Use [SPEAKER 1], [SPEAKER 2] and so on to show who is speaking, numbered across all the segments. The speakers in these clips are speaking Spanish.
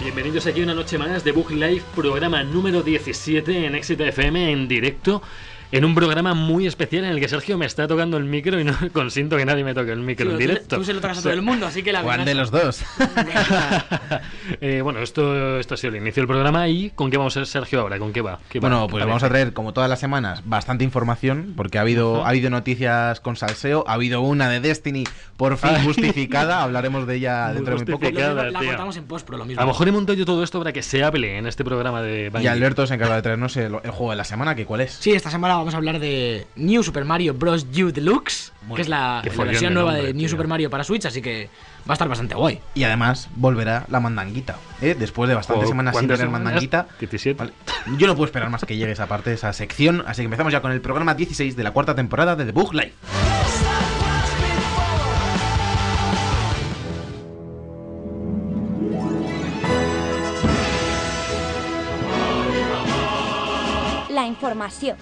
[SPEAKER 1] Bienvenidos aquí una noche más de Book Live, programa número 17 en Exit FM en directo. En un programa muy especial en el que Sergio me está tocando el micro y no consiento que nadie me toque el micro
[SPEAKER 2] Tú,
[SPEAKER 1] en
[SPEAKER 2] tú le-
[SPEAKER 1] directo.
[SPEAKER 2] Tú se lo tragas a todo el mundo, así que la verdad
[SPEAKER 3] Juan de los dos.
[SPEAKER 1] Eh, bueno, esto, esto ha sido el inicio del programa y ¿con qué vamos a Sergio ahora? ¿Con qué va? ¿Qué va?
[SPEAKER 3] Bueno, pues vamos a traer, como todas las semanas, bastante información, porque ha habido, ha habido noticias con salseo, ha habido una de Destiny por fin justificada, hablaremos de ella
[SPEAKER 1] Ah. Muy
[SPEAKER 3] dentro de muy poco.
[SPEAKER 2] Lo mismo,
[SPEAKER 1] Picada,
[SPEAKER 2] la
[SPEAKER 1] tío.
[SPEAKER 2] contamos en post, pero lo mismo.
[SPEAKER 1] A lo mejor he montado yo todo esto para que se hable en este programa de
[SPEAKER 3] Y
[SPEAKER 1] Bungie.
[SPEAKER 3] Alberto se encarga de traernos el, el juego de la semana, que cuál es.
[SPEAKER 2] Sí, esta semana vamos a hablar de New Super Mario Bros. U Deluxe, que es la,
[SPEAKER 1] qué
[SPEAKER 2] la
[SPEAKER 1] follón
[SPEAKER 2] versión
[SPEAKER 1] de
[SPEAKER 2] nueva
[SPEAKER 1] nombre,
[SPEAKER 2] de New
[SPEAKER 1] tío.
[SPEAKER 2] Super Mario para Switch, así que va a estar bastante guay.
[SPEAKER 3] Y además volverá la mandanguita, ¿eh? después de bastantes
[SPEAKER 1] Joder,
[SPEAKER 3] semanas sin
[SPEAKER 1] ¿cuántas
[SPEAKER 3] tener
[SPEAKER 1] semanas?
[SPEAKER 3] mandanguita.
[SPEAKER 1] 17.
[SPEAKER 3] Vale. Yo no puedo esperar más que llegue esa parte, esa sección, así que empezamos ya con el programa 16 de la cuarta temporada de The Book Life.
[SPEAKER 4] La información.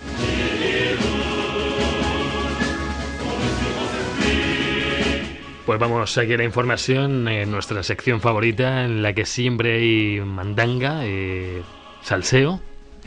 [SPEAKER 1] Pues vamos aquí a la información, eh, nuestra sección favorita en la que siempre hay mandanga, eh, salseo,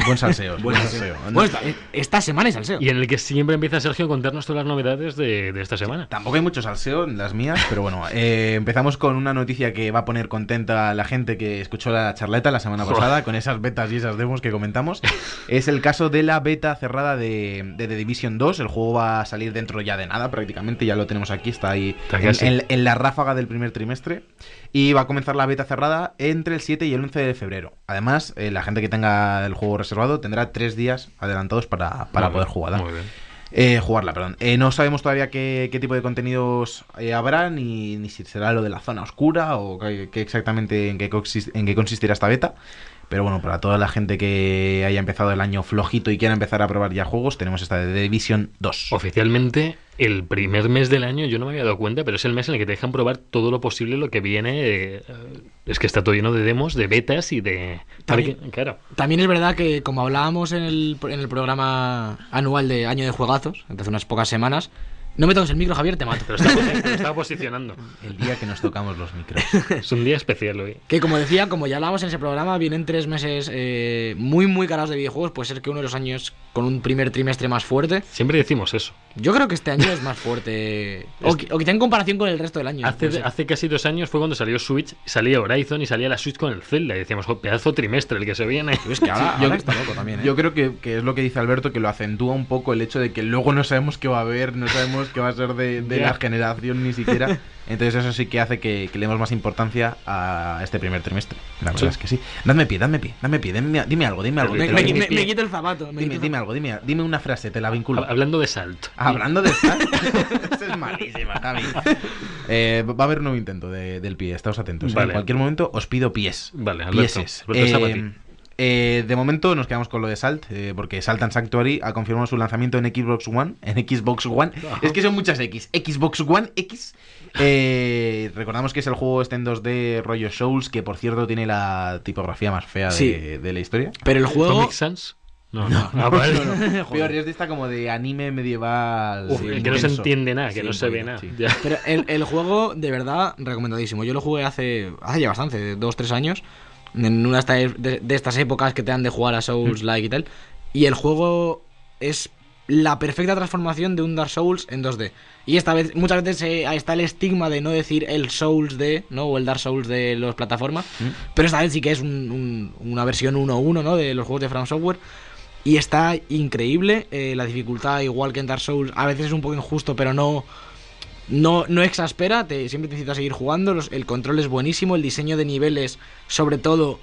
[SPEAKER 3] Buen salseo. buen salseo.
[SPEAKER 2] Bueno, esta, eh, esta semana es salseo.
[SPEAKER 1] y en el que siempre empieza Sergio a contarnos todas las novedades de, de esta semana.
[SPEAKER 3] Tampoco hay mucho salseo en las mías, pero bueno, eh, empezamos con una noticia que va a poner contenta a la gente que escuchó la charleta la semana
[SPEAKER 1] Joder.
[SPEAKER 3] pasada, con esas betas y esas demos que comentamos. Es el caso de la beta cerrada de, de The Division 2. El juego va a salir dentro ya de nada, prácticamente, ya lo tenemos aquí, está ahí
[SPEAKER 1] Está
[SPEAKER 3] en,
[SPEAKER 1] casi.
[SPEAKER 3] en- en la ráfaga del primer trimestre. Y va a comenzar la beta cerrada entre el 7 y el 11 de febrero. Además, eh, la gente que tenga el juego reservado tendrá tres días adelantados para, para
[SPEAKER 1] Muy
[SPEAKER 3] poder
[SPEAKER 1] bien,
[SPEAKER 3] jugarla.
[SPEAKER 1] muy bien.
[SPEAKER 3] Eh, jugarla, perdón. Eh, no sabemos todavía qué, qué tipo de contenidos eh, habrá, ni, ni si será lo de la zona oscura o qué, qué exactamente en qué, consis- en qué consistirá esta beta. Pero bueno, para toda la gente que haya empezado el año flojito y quiera empezar a probar ya juegos, tenemos esta de The Division 2.
[SPEAKER 1] Oficialmente, el primer mes del año, yo no me había dado cuenta, pero es el mes en el que te dejan probar todo lo posible lo que viene. eh, es que está todo lleno de demos, de betas y de...
[SPEAKER 2] También-
[SPEAKER 1] Para que- Claro.
[SPEAKER 2] También es verdad que, como hablábamos en el, en el programa anual de Año de Juegazos, hace unas pocas semanas, no me toques el micro, Javier, te mato.
[SPEAKER 1] Te lo estaba, posi- te lo estaba posicionando.
[SPEAKER 3] El día que nos tocamos los micros.
[SPEAKER 1] Es un día especial hoy.
[SPEAKER 2] Que como decía, como ya hablábamos en ese programa, vienen tres meses eh, muy, muy caros de videojuegos. Puede ser que uno de los años con un primer trimestre más fuerte.
[SPEAKER 1] Siempre decimos eso.
[SPEAKER 2] Yo creo que este año es más fuerte. O, qui- o quizá en comparación con el resto del año.
[SPEAKER 1] Este Hace,
[SPEAKER 3] pues
[SPEAKER 2] no sé.
[SPEAKER 1] hace casi dos años fue cuando salió Switch, salía Horizon y salía la Switch con el Zelda. Y decíamos, "Jo, pedazo trimestre el que se viene.
[SPEAKER 2] Es que ahora,
[SPEAKER 3] yo-
[SPEAKER 2] ahora está loco también, ¿eh?
[SPEAKER 3] Yo creo que, que es lo que dice Alberto, que lo acentúa un poco el hecho de que luego no sabemos qué va a haber, no sabemos qué va a ser de, de
[SPEAKER 1] Ya.
[SPEAKER 3] la generación ni siquiera. Entonces eso sí que hace que, que le demos más importancia a este primer trimestre. La verdad
[SPEAKER 1] Sí.
[SPEAKER 3] es que sí. Dadme pie, dadme pie, dadme pie, dime, dime algo, dime algo.
[SPEAKER 1] Me-
[SPEAKER 3] Te lo
[SPEAKER 2] me,
[SPEAKER 3] digo.
[SPEAKER 2] me- me quito el zapato. me
[SPEAKER 3] dime,
[SPEAKER 2] quito el
[SPEAKER 3] dime algo, dime, dime una frase, te la vinculo.
[SPEAKER 1] Hab- Hablando de Salt.
[SPEAKER 3] Hablando de esta, esa es malísima, Javi. Eh, va a haber un nuevo intento de- del pie, estáos atentos. ¿eh?
[SPEAKER 1] Vale.
[SPEAKER 3] En cualquier momento os pido pies.
[SPEAKER 1] Vale, Alberto.
[SPEAKER 3] Pieses.
[SPEAKER 1] Alberto
[SPEAKER 3] Eh,
[SPEAKER 1] Sabati.
[SPEAKER 3] eh, de momento nos quedamos con lo de Salt, eh, porque Salt and Sanctuary ha confirmado su lanzamiento en Xbox One. En Xbox One. Es que son muchas X. Xbox One X. Eh, recordamos que es el juego este en 2D rollo Souls, que por cierto tiene la tipografía más fea de-
[SPEAKER 2] Sí.
[SPEAKER 3] de, la historia.
[SPEAKER 2] Pero el juego.
[SPEAKER 1] ¿Comic Sans? No, no. Ah, vale.
[SPEAKER 3] Peor es de esta como de anime medieval.
[SPEAKER 1] Uf,
[SPEAKER 3] sí,
[SPEAKER 1] el que no se
[SPEAKER 3] intenso.
[SPEAKER 1] entiende nada, que
[SPEAKER 3] Sí,
[SPEAKER 1] no
[SPEAKER 3] un
[SPEAKER 1] se ve
[SPEAKER 3] poquito,
[SPEAKER 1] nada.
[SPEAKER 3] sí.
[SPEAKER 1] Ya.
[SPEAKER 2] Pero el, el juego, de verdad, recomendadísimo. Yo lo jugué hace, hace ya bastante, dos, tres años, en una esta- de, de estas épocas que te dan de jugar a Souls Like y tal. Y el juego es la perfecta transformación de un Dark Souls en 2D. Y esta vez, muchas veces eh, ahí está el estigma de no decir el Souls de, ¿no? O el Dark Souls de las plataformas. Pero esta vez sí que es un- un- una versión 1-1, ¿no? De los juegos de From Software. Y está increíble. eh, la dificultad, igual que en Dark Souls, a veces es un poco injusto, pero no no, no exaspera, te, siempre te incita a seguir jugando, los- el control es buenísimo, el diseño de niveles, sobre todo,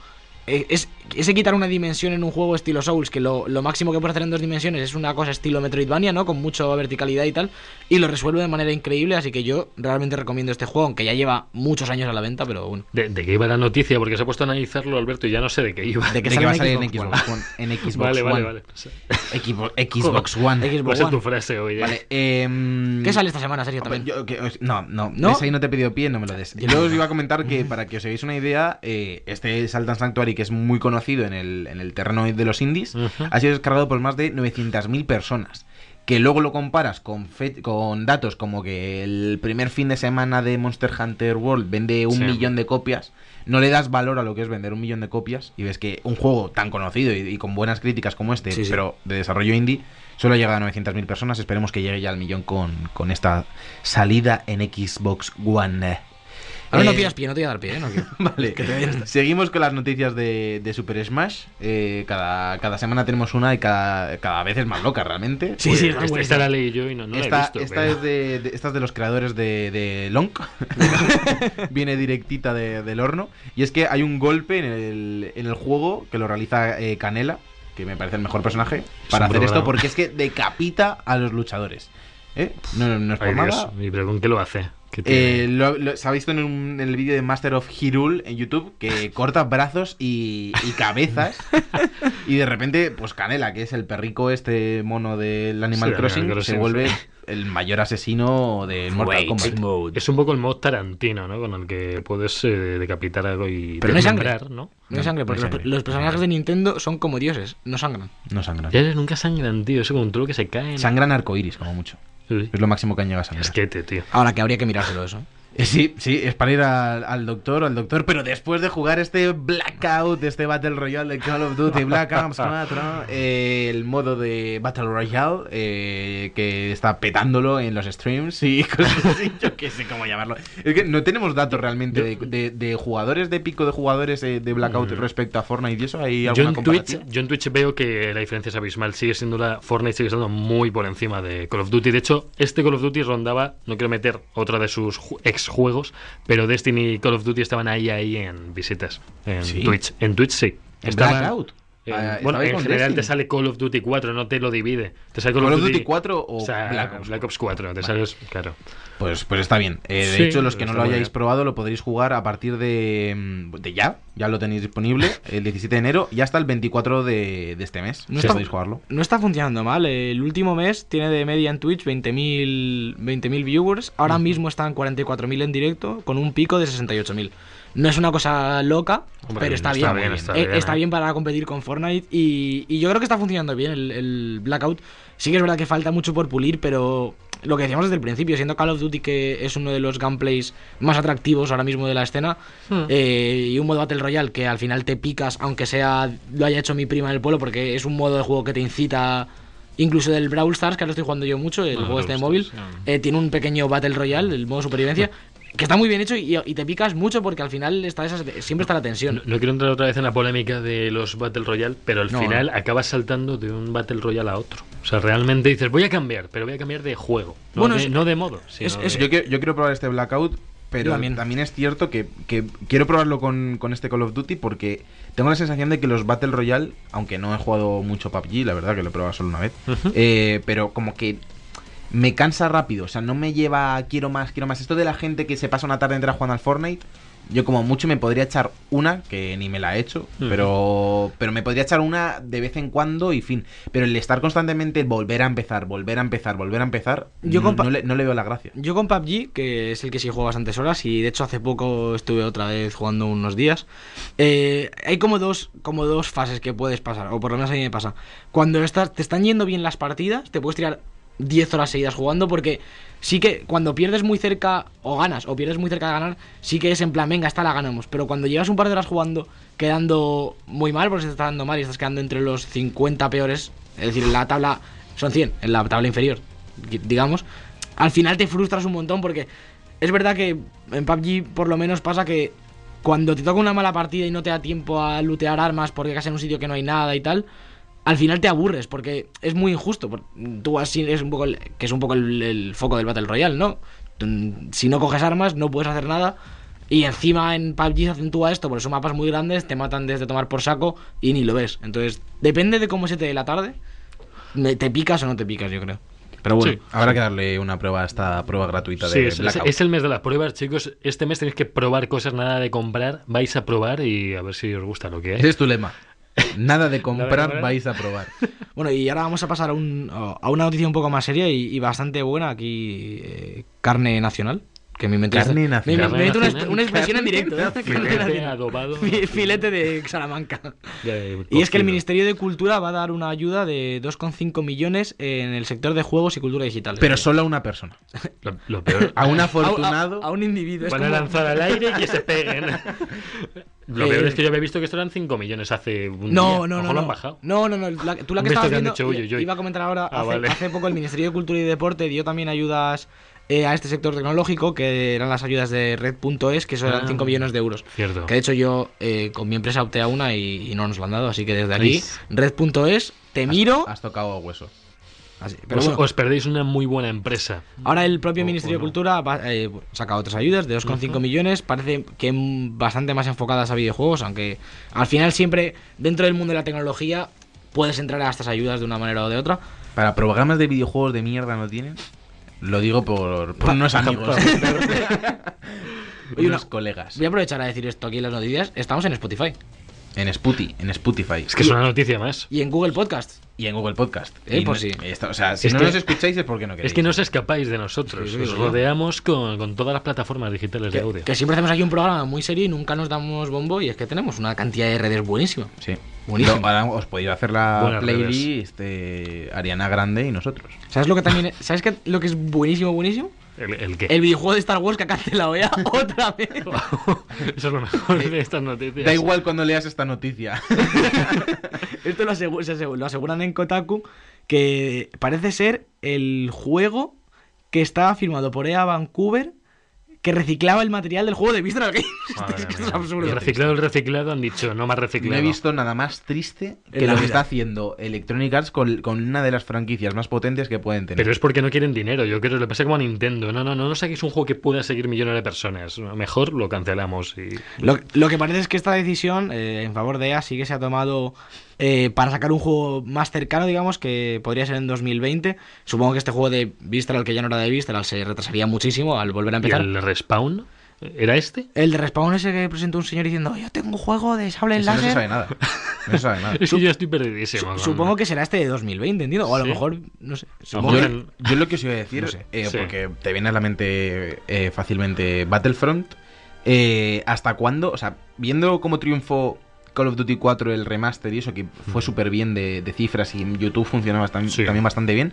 [SPEAKER 2] eh, es, ese quitar una dimensión en un juego estilo Souls, que lo, lo máximo que puedes hacer en dos dimensiones es una cosa estilo Metroidvania, ¿no? Con mucha verticalidad y tal, y lo resuelve de manera increíble, así que yo realmente recomiendo este juego, aunque ya lleva muchos años a la venta, pero bueno.
[SPEAKER 1] ¿De, de qué iba la noticia? Porque se ha puesto a analizarlo Alberto y ya no sé de qué iba.
[SPEAKER 2] De que
[SPEAKER 3] de que
[SPEAKER 2] sale
[SPEAKER 3] va a
[SPEAKER 2] en
[SPEAKER 3] salir en
[SPEAKER 2] Xbox
[SPEAKER 3] Xbox One. En Xbox
[SPEAKER 1] vale, vale,
[SPEAKER 3] One.
[SPEAKER 1] vale. O sea,
[SPEAKER 3] Equipo- Xbox One.
[SPEAKER 1] Va a ser
[SPEAKER 2] One.
[SPEAKER 1] tu frase hoy. ¿eh?
[SPEAKER 3] Vale, em,
[SPEAKER 2] ¿Qué sale esta semana, Sergio,
[SPEAKER 3] Hombre,
[SPEAKER 2] también?
[SPEAKER 3] yo- que os- no, no,
[SPEAKER 2] ¿No?
[SPEAKER 3] ¿No? ahí no te he pedido pie, no me lo des.
[SPEAKER 2] Yo
[SPEAKER 3] Yo
[SPEAKER 2] no.
[SPEAKER 3] os iba a comentar que, para que os hagáis una idea, eh, este Salt and Sanctuary, que es muy conocido en el, en el terreno de los indies,
[SPEAKER 1] Ujú.
[SPEAKER 3] ha sido descargado por más de 900.000 personas. Que luego lo comparas con, fe- con datos como que el primer fin de semana de Monster Hunter World vende un
[SPEAKER 1] Sí.
[SPEAKER 3] millón de copias, no le das valor a lo que es vender un millón de copias y ves que un juego tan conocido y, y con buenas críticas como este,
[SPEAKER 2] Sí, sí.
[SPEAKER 3] pero de desarrollo indie, solo ha llegado a 900.000 personas. Esperemos que llegue ya al millón con, con esta salida en Xbox One.
[SPEAKER 2] Ahora no
[SPEAKER 3] Eh,
[SPEAKER 2] pidas pie, no te voy a dar pie, ¿eh? No quiero.
[SPEAKER 3] Vale, seguimos con las noticias de, de Super Smash. Eh, cada, cada semana tenemos una y cada, cada vez es más loca realmente.
[SPEAKER 2] Sí, sí,
[SPEAKER 1] Pues
[SPEAKER 2] está
[SPEAKER 1] esta,
[SPEAKER 2] buenísimo.
[SPEAKER 1] esta la leí yo y no, no la he
[SPEAKER 3] esta,
[SPEAKER 1] visto.
[SPEAKER 3] esta
[SPEAKER 1] pero-
[SPEAKER 3] es de, de- esta es de los creadores de, de Long. Viene directita de- del horno. Y es que hay un golpe en el, en el juego que lo realiza eh, Canela, que me parece el mejor personaje, para
[SPEAKER 1] un
[SPEAKER 3] hacer
[SPEAKER 1] programa.
[SPEAKER 3] esto, porque es que decapita a los luchadores. ¿Eh? No, no es por
[SPEAKER 1] Ay, Dios,
[SPEAKER 3] nada.
[SPEAKER 1] ¿y pero con qué lo hace? ¿Qué tiene?
[SPEAKER 3] Eh, lo, lo- se ha visto en, un- en el vídeo de Master of Hyrule en YouTube que corta brazos y, y cabezas. y de repente, pues Canela, que es el perrico, este mono del Animal
[SPEAKER 1] Sí,
[SPEAKER 3] Crossing,
[SPEAKER 1] Animal Crossing,
[SPEAKER 3] se vuelve
[SPEAKER 1] sí.
[SPEAKER 3] el mayor asesino de Mortal Kombat.
[SPEAKER 1] Es un poco el mod Tarantino, ¿no? Con el que puedes eh, decapitar algo y
[SPEAKER 2] Pero no hay sangre.
[SPEAKER 1] desmembrar, ¿no?
[SPEAKER 2] No hay sangre,
[SPEAKER 3] no
[SPEAKER 2] porque
[SPEAKER 3] hay
[SPEAKER 2] los-
[SPEAKER 3] sangre.
[SPEAKER 2] Los, personajes de Nintendo son como dioses, no sangran.
[SPEAKER 3] No sangra.
[SPEAKER 1] Ya nunca sangran, tío. Eso como tú lo que se caen.
[SPEAKER 3] Sangran arcoiris, como mucho.
[SPEAKER 1] Uy,
[SPEAKER 3] Es lo máximo que han llegado a sangrar.
[SPEAKER 1] Casquete, tío.
[SPEAKER 2] Ahora que habría que mirárselo eso.
[SPEAKER 3] Eh, Sí, sí, es para ir al, al doctor, al doctor, pero después de jugar este Blackout, este Battle Royale de Call of Duty, Black Ops 4, eh, el modo de Battle Royale, eh, que está petándolo en los streams y cosas así, yo qué sé cómo llamarlo. Es que no tenemos datos realmente de, de- de jugadores, de pico de jugadores eh, de Blackout respecto a Fortnite y eso, ¿hay
[SPEAKER 1] Mm. Yo
[SPEAKER 3] alguna
[SPEAKER 1] en, Twitch,
[SPEAKER 3] comparativa?
[SPEAKER 1] yo en Twitch veo que la diferencia es abismal. Sigue siendo la Fortnite, sigue estando muy por encima de Call of Duty. De hecho, este Call of Duty rondaba, no quiero meter otra de sus ju- ex juegos, pero Destiny y Call of Duty estaban ahí, ahí en visitas. En
[SPEAKER 3] Sí.
[SPEAKER 1] Twitch. En Twitch sí.
[SPEAKER 3] ¿En
[SPEAKER 1] Estaban-
[SPEAKER 3] Blackout?
[SPEAKER 1] en-
[SPEAKER 3] Ah, estaba
[SPEAKER 1] bueno,
[SPEAKER 3] ahí
[SPEAKER 1] en
[SPEAKER 3] con
[SPEAKER 1] general te
[SPEAKER 3] Destiny.
[SPEAKER 1] sale Call of Duty 4, no te lo divide. Te sale
[SPEAKER 3] Call of Duty 4 o,
[SPEAKER 1] o sea,
[SPEAKER 3] Black Ops.
[SPEAKER 1] 4, te
[SPEAKER 3] Vale.
[SPEAKER 1] sales, claro.
[SPEAKER 3] Pues, pues está bien. Eh, de
[SPEAKER 1] Sí,
[SPEAKER 3] hecho, los que no
[SPEAKER 1] está
[SPEAKER 3] lo
[SPEAKER 1] muy
[SPEAKER 3] hayáis
[SPEAKER 1] bien.
[SPEAKER 3] probado lo podréis jugar a partir de, mm, de ya. Ya lo tenéis disponible el 17 de enero y hasta el 24 de, de este mes.
[SPEAKER 2] No
[SPEAKER 3] si
[SPEAKER 2] está-
[SPEAKER 3] podéis jugarlo.
[SPEAKER 2] No está funcionando mal. El último mes tiene de media en Twitch 20.000 20.000 viewers. Ahora mismo están 44.000 en directo con un pico de 68.000. No es una cosa loca,
[SPEAKER 1] Hombre,
[SPEAKER 2] pero está,
[SPEAKER 1] está
[SPEAKER 2] bien.
[SPEAKER 1] bien, está
[SPEAKER 2] Eh,
[SPEAKER 1] bien, eh.
[SPEAKER 2] para competir con Fortnite y, y yo creo que está funcionando bien el, el Blackout. Sí que es verdad que falta mucho por pulir, pero lo que decíamos desde el principio, siendo Call of Duty que es uno de los gameplays más atractivos ahora mismo de la escena, eh, y un modo Battle Royale que al final te picas, aunque sea lo haya hecho mi prima en el pueblo, porque es un modo de juego que te incita, incluso del Brawl Stars, que ahora estoy jugando yo mucho, el
[SPEAKER 1] Ah,
[SPEAKER 2] juego este de
[SPEAKER 1] Brawl
[SPEAKER 2] móvil,
[SPEAKER 1] Stars, ah.
[SPEAKER 2] eh, tiene un pequeño Battle Royale, el modo supervivencia. Que está muy bien hecho y, y te picas mucho porque al final está esa, siempre está la tensión.
[SPEAKER 1] No, no quiero entrar otra vez en la polémica de los Battle Royale, pero al
[SPEAKER 2] No,
[SPEAKER 1] final acabas saltando de un Battle Royale a otro. O sea, realmente dices, voy a cambiar, pero voy a cambiar de juego. No,
[SPEAKER 2] Bueno,
[SPEAKER 1] de,
[SPEAKER 2] es-
[SPEAKER 1] no de modo. sino
[SPEAKER 2] es- es-
[SPEAKER 1] de-
[SPEAKER 3] Yo, quiero, yo quiero probar este Blackout,
[SPEAKER 2] Yo
[SPEAKER 3] pero
[SPEAKER 2] también.
[SPEAKER 3] también. es cierto que, que quiero probarlo con, con este Call of Duty porque tengo la sensación de que los Battle Royale, aunque no he jugado mucho PUBG, la verdad que lo he probado solo una vez,
[SPEAKER 1] Ujú.
[SPEAKER 3] eh, pero como que me cansa rápido, o sea, no me lleva a quiero más, quiero más. Esto de la gente que se pasa una tarde entera jugando al Fortnite. Yo como mucho me podría echar una, que ni me la he hecho,
[SPEAKER 1] Ujú.
[SPEAKER 3] pero pero me podría echar una de vez en cuando y fin. Pero el estar constantemente, volver a empezar, volver a empezar, volver a empezar,
[SPEAKER 2] Yo
[SPEAKER 3] no,
[SPEAKER 2] compa-
[SPEAKER 3] no le, no le veo la gracia.
[SPEAKER 2] Yo con PUBG, que es el que sí juego bastantes horas, y de hecho hace poco estuve otra vez jugando unos días, eh, hay como dos, como dos fases que puedes pasar, o por lo menos a mí me pasa. Cuando estás, te están yendo bien las partidas, te puedes tirar 10 horas seguidas jugando, porque sí que cuando pierdes muy cerca, o ganas, o pierdes muy cerca de ganar, sí que es en plan, venga, esta la ganamos. Pero cuando llevas un par de horas jugando, quedando muy mal, porque se te está dando mal y estás quedando entre los 50 peores, es decir, en la tabla, son 100, en la tabla inferior, digamos, al final te frustras un montón porque es verdad que en PUBG por lo menos pasa que cuando te toca una mala partida y no te da tiempo a lootear armas porque estás en un sitio que no hay nada y tal, al final te aburres porque es muy injusto. por- Tú así es un poco el- que es un poco el, el foco del Battle Royale, ¿no? Tú, mm, Si no coges armas no puedes hacer nada Y encima en PUBG se acentúa esto, porque son mapas muy grandes, te matan desde tomar por saco y ni lo ves. Entonces, depende de cómo se te dé la tarde, me- te picas o no te picas, yo creo.
[SPEAKER 3] Pero bueno,
[SPEAKER 1] Sí.
[SPEAKER 3] habrá que darle una prueba a esta prueba gratuita
[SPEAKER 1] Sí,
[SPEAKER 3] de
[SPEAKER 1] es, es-
[SPEAKER 3] Blackout.
[SPEAKER 1] es el mes de las pruebas, chicos. Este mes tenéis que probar cosas, nada de comprar. Vais a probar y a ver si os gusta lo que
[SPEAKER 3] Ese
[SPEAKER 1] es.
[SPEAKER 3] es tu lema. Nada de comprar,
[SPEAKER 1] comprar.
[SPEAKER 3] vais a probar.
[SPEAKER 2] Bueno, y ahora vamos a pasar a, un- a una noticia un poco más seria y, y bastante buena aquí, eh, carne nacional. Que me inventé.
[SPEAKER 3] Carne
[SPEAKER 2] me-
[SPEAKER 3] nacional.
[SPEAKER 2] Me, me invento una,
[SPEAKER 1] Carne
[SPEAKER 2] una expresión en
[SPEAKER 3] nacional.
[SPEAKER 2] directo. ¿eh?
[SPEAKER 3] Carne
[SPEAKER 2] Carne
[SPEAKER 1] Filete
[SPEAKER 2] nacional.
[SPEAKER 1] adobado.
[SPEAKER 2] Fi- Filete de Salamanca.
[SPEAKER 1] Ya, eh,
[SPEAKER 2] Y es que el
[SPEAKER 1] cocido.
[SPEAKER 2] Ministerio de Cultura va a dar una ayuda de 2,5 millones en el sector de juegos y cultura digital.
[SPEAKER 3] Pero solo a una persona.
[SPEAKER 1] Lo, lo peor.
[SPEAKER 3] A un
[SPEAKER 2] A- a-
[SPEAKER 3] afortunado.
[SPEAKER 2] A, un individuo. es
[SPEAKER 1] Van a
[SPEAKER 2] como-
[SPEAKER 1] lanzar al aire y que se peguen. Lo
[SPEAKER 2] Eh,
[SPEAKER 1] peor es que yo había visto que esto eran 5 millones hace un
[SPEAKER 2] No,
[SPEAKER 1] día. Ojo,
[SPEAKER 2] no, no.
[SPEAKER 1] lo
[SPEAKER 2] No,
[SPEAKER 1] han bajado.
[SPEAKER 2] no, no. no, la- tú la
[SPEAKER 1] Han visto
[SPEAKER 2] que estabas
[SPEAKER 1] que han
[SPEAKER 2] viendo,
[SPEAKER 1] hecho, "Uy, uy, uy".
[SPEAKER 2] iba a comentar ahora,
[SPEAKER 1] Ah,
[SPEAKER 2] hace,
[SPEAKER 1] vale.
[SPEAKER 2] hace poco el Ministerio de Cultura y Deporte dio también ayudas eh, a este sector tecnológico, que eran las ayudas de Red.es, que eso eran
[SPEAKER 1] Ah.
[SPEAKER 2] 5 millones de euros.
[SPEAKER 1] Cierto.
[SPEAKER 2] Que de hecho yo eh, con mi empresa opté a una y, y no nos la han dado, así que desde aquí,
[SPEAKER 1] Nice.
[SPEAKER 2] Red.es, te miro.
[SPEAKER 3] Has tocado a hueso.
[SPEAKER 2] Así, pero
[SPEAKER 1] os,
[SPEAKER 2] bueno.
[SPEAKER 1] os perdéis una muy buena empresa.
[SPEAKER 2] Ahora el propio
[SPEAKER 1] O-
[SPEAKER 2] Ministerio
[SPEAKER 1] o no.
[SPEAKER 2] de Cultura va- eh, saca otras ayudas de 2,5 millones, parece que mm, bastante más enfocadas a videojuegos, aunque al final siempre dentro del mundo de la tecnología puedes entrar a estas ayudas de una manera o de otra.
[SPEAKER 3] Para programas de videojuegos de mierda no tienen. Lo digo por, por
[SPEAKER 2] Pa-
[SPEAKER 3] unos amigos.
[SPEAKER 2] Oye,
[SPEAKER 3] unos
[SPEAKER 2] una-
[SPEAKER 3] colegas.
[SPEAKER 2] Voy a aprovechar a decir esto aquí en las noticias, estamos en Spotify
[SPEAKER 3] En Sputi, en Spotify.
[SPEAKER 1] Es que es una noticia más.
[SPEAKER 2] y en Google Podcast.
[SPEAKER 3] Y en Google Podcast.
[SPEAKER 2] Eh,
[SPEAKER 3] Y
[SPEAKER 2] pues
[SPEAKER 3] no-
[SPEAKER 2] sí.
[SPEAKER 3] esto- o sea, si
[SPEAKER 1] Es
[SPEAKER 3] no
[SPEAKER 1] que-
[SPEAKER 3] nos escucháis es porque no queréis.
[SPEAKER 1] Es que no os escapáis de nosotros.
[SPEAKER 2] Sí, sí,
[SPEAKER 1] os
[SPEAKER 2] sí.
[SPEAKER 1] rodeamos con, con todas las plataformas digitales de audio.
[SPEAKER 2] Que siempre hacemos aquí un programa muy serio y nunca nos damos bombo y es que tenemos una cantidad de redes buenísima.
[SPEAKER 3] Sí.
[SPEAKER 2] Buenísimo.
[SPEAKER 3] No, ahora os podéis hacer la
[SPEAKER 1] Buenas
[SPEAKER 3] playlist eh, Ariana Grande y nosotros.
[SPEAKER 2] ¿Sabes lo que también ¿Sabes qué- lo que es buenísimo buenísimo?
[SPEAKER 1] ¿El, el qué?
[SPEAKER 2] El videojuego de Star Wars que ha cancelado ya otra vez.
[SPEAKER 1] Eso es lo mejor de estas noticias.
[SPEAKER 3] Da igual cuando leas esta noticia.
[SPEAKER 2] Esto lo, asegu- se asegu- lo aseguran en Kotaku, que parece ser el juego que estaba firmado por EA Vancouver que reciclaba el material del juego de Visceral Games.
[SPEAKER 1] Madre
[SPEAKER 2] es que esto
[SPEAKER 1] mía.
[SPEAKER 2] es absurdo.
[SPEAKER 1] El reciclado, el reciclado han dicho, no más reciclado.
[SPEAKER 3] No he visto nada más triste
[SPEAKER 2] En
[SPEAKER 3] que
[SPEAKER 2] la
[SPEAKER 3] lo que
[SPEAKER 2] vida.
[SPEAKER 3] está haciendo Electronic Arts con, con una de las franquicias más potentes que pueden tener.
[SPEAKER 1] Pero es porque no quieren dinero. Yo creo que le pasa como a Nintendo. No, no, no, no saquéis un juego que pueda seguir millones de personas. Mejor lo cancelamos. Y...
[SPEAKER 2] Lo, lo que parece es que esta decisión eh, en favor de EA sí que se ha tomado eh, para sacar un juego más cercano, digamos, que podría ser en 2020. Supongo que este juego de Visceral, que ya no era de Visceral, se retrasaría muchísimo al volver
[SPEAKER 1] ¿Y
[SPEAKER 2] a empezar.
[SPEAKER 1] el respawn? ¿Era este?
[SPEAKER 2] El de Respawn ese que presentó un señor diciendo, yo tengo un juego de sable
[SPEAKER 3] Eso no se
[SPEAKER 2] láser.
[SPEAKER 3] sabe nada. No se sabe nada.
[SPEAKER 1] Es que yo estoy
[SPEAKER 2] Su-
[SPEAKER 1] perdidísimo.
[SPEAKER 2] Supongo que será este de 2020, entiendo. O a lo
[SPEAKER 1] Sí.
[SPEAKER 2] mejor, no sé.
[SPEAKER 1] Vamos
[SPEAKER 2] Supongo
[SPEAKER 3] Yo,
[SPEAKER 1] a
[SPEAKER 2] que-
[SPEAKER 1] ver.
[SPEAKER 3] yo lo que os iba a decir,
[SPEAKER 1] No sé.
[SPEAKER 3] eh,
[SPEAKER 1] Sí.
[SPEAKER 3] porque te viene a la mente eh, fácilmente Battlefront, eh, ¿hasta cuándo? O sea, viendo cómo triunfó Call of Duty 4 el remaster y eso, que fue súper bien de, de cifras y en YouTube funciona bastante,
[SPEAKER 1] Sí.
[SPEAKER 3] también bastante bien,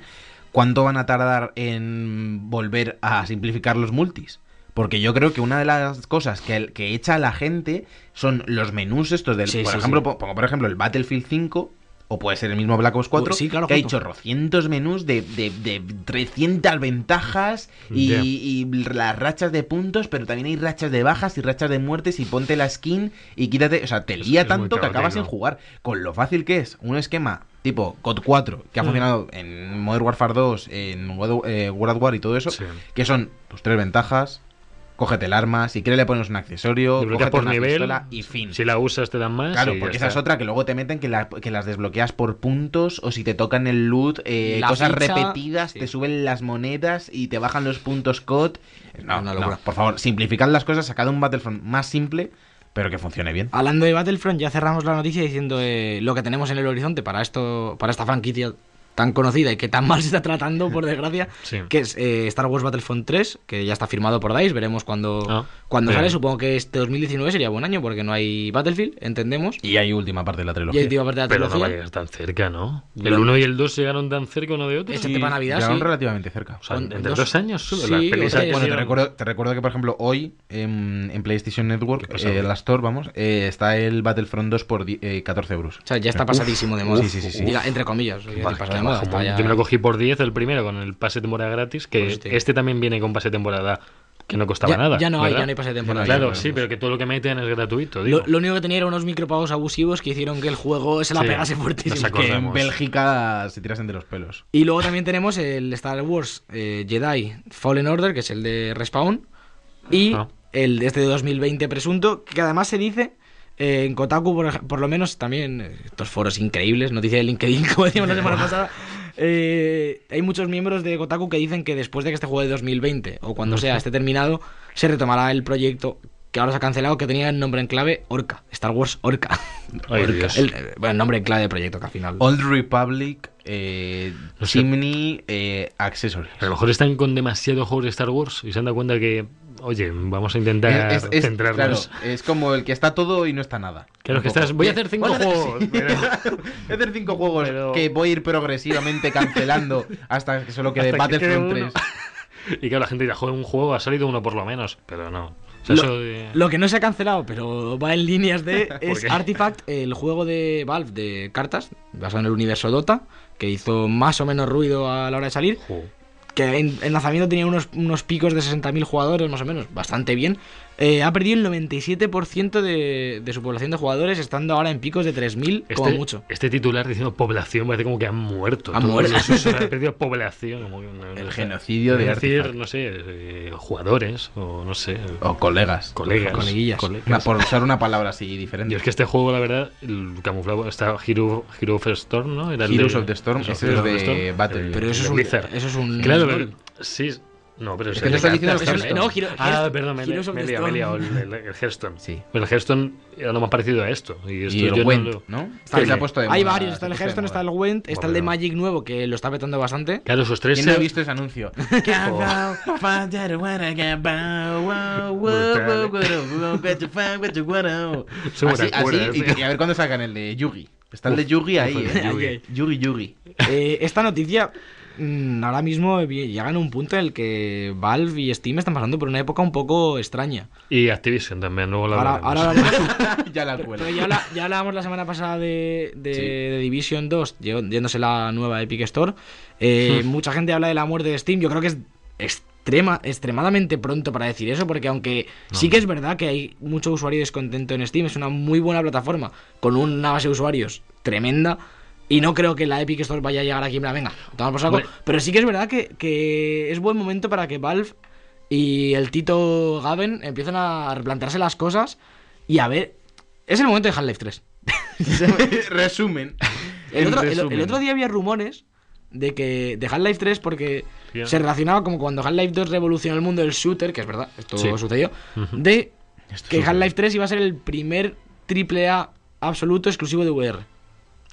[SPEAKER 3] ¿cuánto van a tardar en volver a simplificar los multis? Porque yo creo que una de las cosas que, el- que echa a la gente son los menús estos del,
[SPEAKER 2] Sí,
[SPEAKER 3] por
[SPEAKER 2] sí,
[SPEAKER 3] ejemplo,
[SPEAKER 2] sí.
[SPEAKER 3] po- pongo por ejemplo el Battlefield 5 o puede ser el mismo Black Ops 4,
[SPEAKER 2] Sí, claro,
[SPEAKER 3] que ha
[SPEAKER 2] justo.
[SPEAKER 3] hecho chorrocientos menús de, de, de 300 ventajas y,
[SPEAKER 1] Ya.
[SPEAKER 3] y las rachas de puntos, pero también hay rachas de bajas y rachas de muertes y ponte la skin y quítate, o sea, te
[SPEAKER 1] Es-
[SPEAKER 3] lía
[SPEAKER 1] es muy
[SPEAKER 3] tanto que acabas
[SPEAKER 1] caótico.
[SPEAKER 3] sin jugar. Con lo fácil que es un esquema tipo COD 4, que ha
[SPEAKER 1] Mm.
[SPEAKER 3] funcionado en Modern Warfare 2, en World, eh, World at War y todo eso,
[SPEAKER 1] Sí.
[SPEAKER 3] que son tus tres ventajas, cógete el arma, si quieres le pones un accesorio,
[SPEAKER 1] Desbloquea
[SPEAKER 3] cógete
[SPEAKER 1] por
[SPEAKER 3] una
[SPEAKER 1] nivel,
[SPEAKER 3] pistola y fin.
[SPEAKER 1] Si la usas te dan más.
[SPEAKER 3] Claro,
[SPEAKER 1] y ya
[SPEAKER 3] porque esa es
[SPEAKER 1] está.
[SPEAKER 3] otra que luego te meten que, la- que las desbloqueas por puntos o si te tocan el loot, eh,
[SPEAKER 2] La
[SPEAKER 3] cosas
[SPEAKER 2] ficha,
[SPEAKER 3] repetidas,
[SPEAKER 2] sí.
[SPEAKER 3] te suben las monedas y te bajan los puntos COD. No,
[SPEAKER 2] Una
[SPEAKER 3] no,
[SPEAKER 2] locura.
[SPEAKER 3] por favor, simplificad las cosas, sacad un Battlefront más simple, pero que funcione bien.
[SPEAKER 2] Hablando de Battlefront, ya cerramos la noticia diciendo eh, lo que tenemos en el horizonte para esto, para esta franquicia tan conocida y que tan mal se está tratando, por desgracia,
[SPEAKER 1] Sí.
[SPEAKER 2] que es eh, Star Wars Battlefront 3, que ya está firmado por DICE, veremos cuando,
[SPEAKER 1] Ah,
[SPEAKER 2] cuando
[SPEAKER 1] bien.
[SPEAKER 2] sale, supongo que este 2019 sería buen año porque no hay Battlefield, entendemos,
[SPEAKER 3] Y hay última parte de la
[SPEAKER 2] y
[SPEAKER 3] trilogía.
[SPEAKER 2] ahí te iba a parte de la
[SPEAKER 1] Pero no
[SPEAKER 2] trilogía.
[SPEAKER 1] va a llegar tan cerca, ¿no? El
[SPEAKER 2] Lo-
[SPEAKER 1] 1 y el 2 llegaron tan cerca uno de otro.
[SPEAKER 2] Ese te- para Navidad,
[SPEAKER 3] llegaron
[SPEAKER 2] sí.
[SPEAKER 3] relativamente cerca.
[SPEAKER 1] O sea,
[SPEAKER 2] con-
[SPEAKER 1] entre
[SPEAKER 2] dos-
[SPEAKER 1] dos, años sube
[SPEAKER 2] Sí,
[SPEAKER 1] las
[SPEAKER 2] o
[SPEAKER 1] pelis.
[SPEAKER 2] sea,
[SPEAKER 1] que
[SPEAKER 3] Bueno, te
[SPEAKER 1] hicieron.
[SPEAKER 3] recuerdo, te recuerdo que, por ejemplo, hoy em, en, en PlayStation
[SPEAKER 1] Qué
[SPEAKER 3] Network,
[SPEAKER 1] pasada.
[SPEAKER 3] eh, la Store, vamos, eh, está el Battlefront 2 por di- eh, 14 euros.
[SPEAKER 2] O sea, ya está pasadísimo de moda.
[SPEAKER 3] Sí, sí, sí, sí.
[SPEAKER 2] Diga, entre comillas. ya
[SPEAKER 1] Vale,
[SPEAKER 2] pasa
[SPEAKER 1] qué
[SPEAKER 2] de moda,
[SPEAKER 1] bajo,
[SPEAKER 2] está ya-
[SPEAKER 1] Yo me lo cogí por 10 el primero con el pase de temporada gratis, que
[SPEAKER 2] Pues, tío.
[SPEAKER 1] este también viene con pase de temporada que no costaba
[SPEAKER 2] Ya-
[SPEAKER 1] nada.
[SPEAKER 2] ya no hay-
[SPEAKER 1] ¿verdad?
[SPEAKER 2] ya no hay pase de temporada.
[SPEAKER 1] Claro,
[SPEAKER 3] Ya,
[SPEAKER 1] sí, pero que todo lo que meten es gratuito. Digo.
[SPEAKER 2] Lo, lo único que tenía era unos micropagos abusivos que hicieron que el juego se la
[SPEAKER 1] Sí,
[SPEAKER 2] pegase
[SPEAKER 1] nos
[SPEAKER 2] fuertísimo.
[SPEAKER 1] sacó.
[SPEAKER 3] Que en
[SPEAKER 1] Recordemos.
[SPEAKER 3] Bélgica se tirasen de los pelos.
[SPEAKER 2] Y luego también tenemos el Star Wars eh, Jedi Fallen Order, que es el de Respawn. Y
[SPEAKER 1] Ah.
[SPEAKER 2] el de este de 2020 presunto, que además se dice eh, en Kotaku, por, ej- por lo menos también, eh, estos foros increíbles, noticia de LinkedIn, como decíamos la semana pasada, eh, hay muchos miembros de Kotaku que dicen que después de que este juego de 2020 o cuando sea esté terminado, se retomará el proyecto que ahora se ha cancelado, que tenía el nombre en clave Orca, Star Wars Orca.
[SPEAKER 1] Ay,
[SPEAKER 2] Orca.
[SPEAKER 1] Dios.
[SPEAKER 2] El, eh, bueno, nombre en clave de proyecto que al final...
[SPEAKER 3] Old Republic, eh,
[SPEAKER 1] No sé.
[SPEAKER 3] Chimney, eh, Accessories.
[SPEAKER 1] A lo mejor están con demasiados juegos de Star Wars y se han dado cuenta que, oye, vamos a intentar
[SPEAKER 3] Es- es- es- claro,
[SPEAKER 1] centrarnos.
[SPEAKER 3] es como el que está todo y no está nada.
[SPEAKER 1] Claro, que
[SPEAKER 3] Un poco.
[SPEAKER 1] estás, voy a hacer cinco
[SPEAKER 3] Voy a hacer-
[SPEAKER 1] juegos. pero-
[SPEAKER 3] Voy a hacer cinco juegos
[SPEAKER 1] Pero-
[SPEAKER 3] que voy a ir progresivamente cancelando hasta que solo quede
[SPEAKER 1] Hasta que quede
[SPEAKER 3] Battlefront
[SPEAKER 1] uno.
[SPEAKER 3] 3.
[SPEAKER 1] Y claro, la gente dirá, joder, un juego ha salido uno por lo menos, pero no. O sea,
[SPEAKER 2] Lo-
[SPEAKER 1] eso de-
[SPEAKER 2] Lo que no se ha cancelado, pero va en líneas de es
[SPEAKER 1] qué?
[SPEAKER 2] Artifact, el juego de Valve de cartas, basado en el universo Dota, que hizo más o menos ruido a la hora de salir,
[SPEAKER 1] Ju.
[SPEAKER 2] que en, en lanzamiento tenía unos, unos picos de 60.000 jugadores, más o menos, bastante bien. Eh, ha perdido el 97% de, de su población de jugadores, estando ahora en picos de 3.000 como
[SPEAKER 1] Este-
[SPEAKER 2] mucho.
[SPEAKER 1] Este titular diciendo población parece como que han muerto.
[SPEAKER 2] Han
[SPEAKER 1] Todos
[SPEAKER 2] muerto.
[SPEAKER 1] los usos han perdido población. como que no- no
[SPEAKER 3] El
[SPEAKER 1] sé.
[SPEAKER 3] genocidio de
[SPEAKER 1] Es decir,
[SPEAKER 3] Artifact.
[SPEAKER 1] no sé, eh, jugadores o no sé,
[SPEAKER 3] O colegas.
[SPEAKER 1] colegas.
[SPEAKER 2] coleguillas.
[SPEAKER 1] colegas.
[SPEAKER 3] Una- por usar una palabra así diferente.
[SPEAKER 1] Yo es que este juego, la verdad, el camuflado está Hero, Hero of the Storm, ¿no? Era el
[SPEAKER 3] Heroes
[SPEAKER 1] de-
[SPEAKER 3] of the Storm,
[SPEAKER 1] Heroes of
[SPEAKER 3] ese
[SPEAKER 1] the
[SPEAKER 3] es
[SPEAKER 1] Storm,
[SPEAKER 3] de
[SPEAKER 1] Storm.
[SPEAKER 3] Battle.
[SPEAKER 1] Eh,
[SPEAKER 2] Pero eso es un.
[SPEAKER 1] Blizzard.
[SPEAKER 2] Eso es un.
[SPEAKER 1] Claro,
[SPEAKER 2] story.
[SPEAKER 1] pero, sí. No, pero
[SPEAKER 3] Es
[SPEAKER 1] es
[SPEAKER 3] que no está diciendo
[SPEAKER 2] el Hearthstone.
[SPEAKER 1] No,
[SPEAKER 2] No, Hero-
[SPEAKER 1] Ah,
[SPEAKER 2] Hearthstone.
[SPEAKER 1] perdón, me, me,
[SPEAKER 2] Heroes of
[SPEAKER 1] me he
[SPEAKER 2] the
[SPEAKER 1] liado, me he liado,
[SPEAKER 2] Storm.
[SPEAKER 1] el, el, el Hearthstone.
[SPEAKER 3] Sí.
[SPEAKER 1] Pero el Hearthstone era lo más parecido a esto. Y, esto
[SPEAKER 3] y
[SPEAKER 1] yo
[SPEAKER 3] el
[SPEAKER 1] no
[SPEAKER 3] Went,
[SPEAKER 1] lo-
[SPEAKER 3] ¿no?
[SPEAKER 1] Sí,
[SPEAKER 3] Que se
[SPEAKER 1] sí.
[SPEAKER 3] ha puesto de
[SPEAKER 2] Hay
[SPEAKER 3] moda,
[SPEAKER 2] varios,
[SPEAKER 3] se
[SPEAKER 2] está
[SPEAKER 3] ha
[SPEAKER 2] el
[SPEAKER 3] puesto de
[SPEAKER 2] Hearthstone,
[SPEAKER 3] moda.
[SPEAKER 2] está el Went, está el de
[SPEAKER 1] Bueno.
[SPEAKER 2] Magic nuevo, que lo está petando bastante.
[SPEAKER 1] Claro, esos tres.
[SPEAKER 3] ¿Quién no ha
[SPEAKER 1] se-
[SPEAKER 3] visto ese anuncio?
[SPEAKER 1] Oh. Soy muy
[SPEAKER 3] así,
[SPEAKER 1] de acuerdo,
[SPEAKER 3] así,
[SPEAKER 1] tío.
[SPEAKER 3] y, y a ver cuándo sacan el de Yugi. Está el de Yugi ahí,
[SPEAKER 1] el de
[SPEAKER 3] ¿eh? Yugi, Yugi.
[SPEAKER 2] Eh, esta noticia mm, ahora mismo vi- llegan a un punto en el que Valve y Steam están pasando por una época un poco extraña.
[SPEAKER 1] Y Activision también, luego la
[SPEAKER 2] Ahora,
[SPEAKER 1] hablaremos.
[SPEAKER 2] ahora hablaremos-
[SPEAKER 3] ya la cuela.
[SPEAKER 2] pero ya, habla- ya hablábamos la semana pasada de, de- de Division 2, lle- yéndose la nueva Epic Store. Eh, mucha gente habla de la muerte de Steam. Yo creo que es extrema, extremadamente pronto para decir eso, porque aunque sí que es verdad que hay mucho usuario descontento en Steam, es una muy buena plataforma con una base de usuarios tremenda. Y no creo que la Epic Store vaya a llegar aquí en plan, venga, toma por saco.
[SPEAKER 1] Hombre.
[SPEAKER 2] Pero sí que es verdad que, que es buen momento para que Valve y el Tito Gaben empiecen a replantearse las cosas y a ver. Es el momento de Half-Life 3.
[SPEAKER 3] resumen.
[SPEAKER 2] El
[SPEAKER 3] En
[SPEAKER 2] otro, el- el
[SPEAKER 3] resumen.
[SPEAKER 2] otro día había rumores de que de Half-Life 3 porque
[SPEAKER 1] Ya.
[SPEAKER 2] se relacionaba como cuando Half-Life 2 revolucionó el mundo del shooter, que es verdad, esto
[SPEAKER 1] Sí.
[SPEAKER 2] sucedió,
[SPEAKER 1] Ujú.
[SPEAKER 2] de
[SPEAKER 3] Esto
[SPEAKER 2] que
[SPEAKER 3] sucedió.
[SPEAKER 2] Half-Life 3 iba a ser el primer AAA absoluto exclusivo de VR.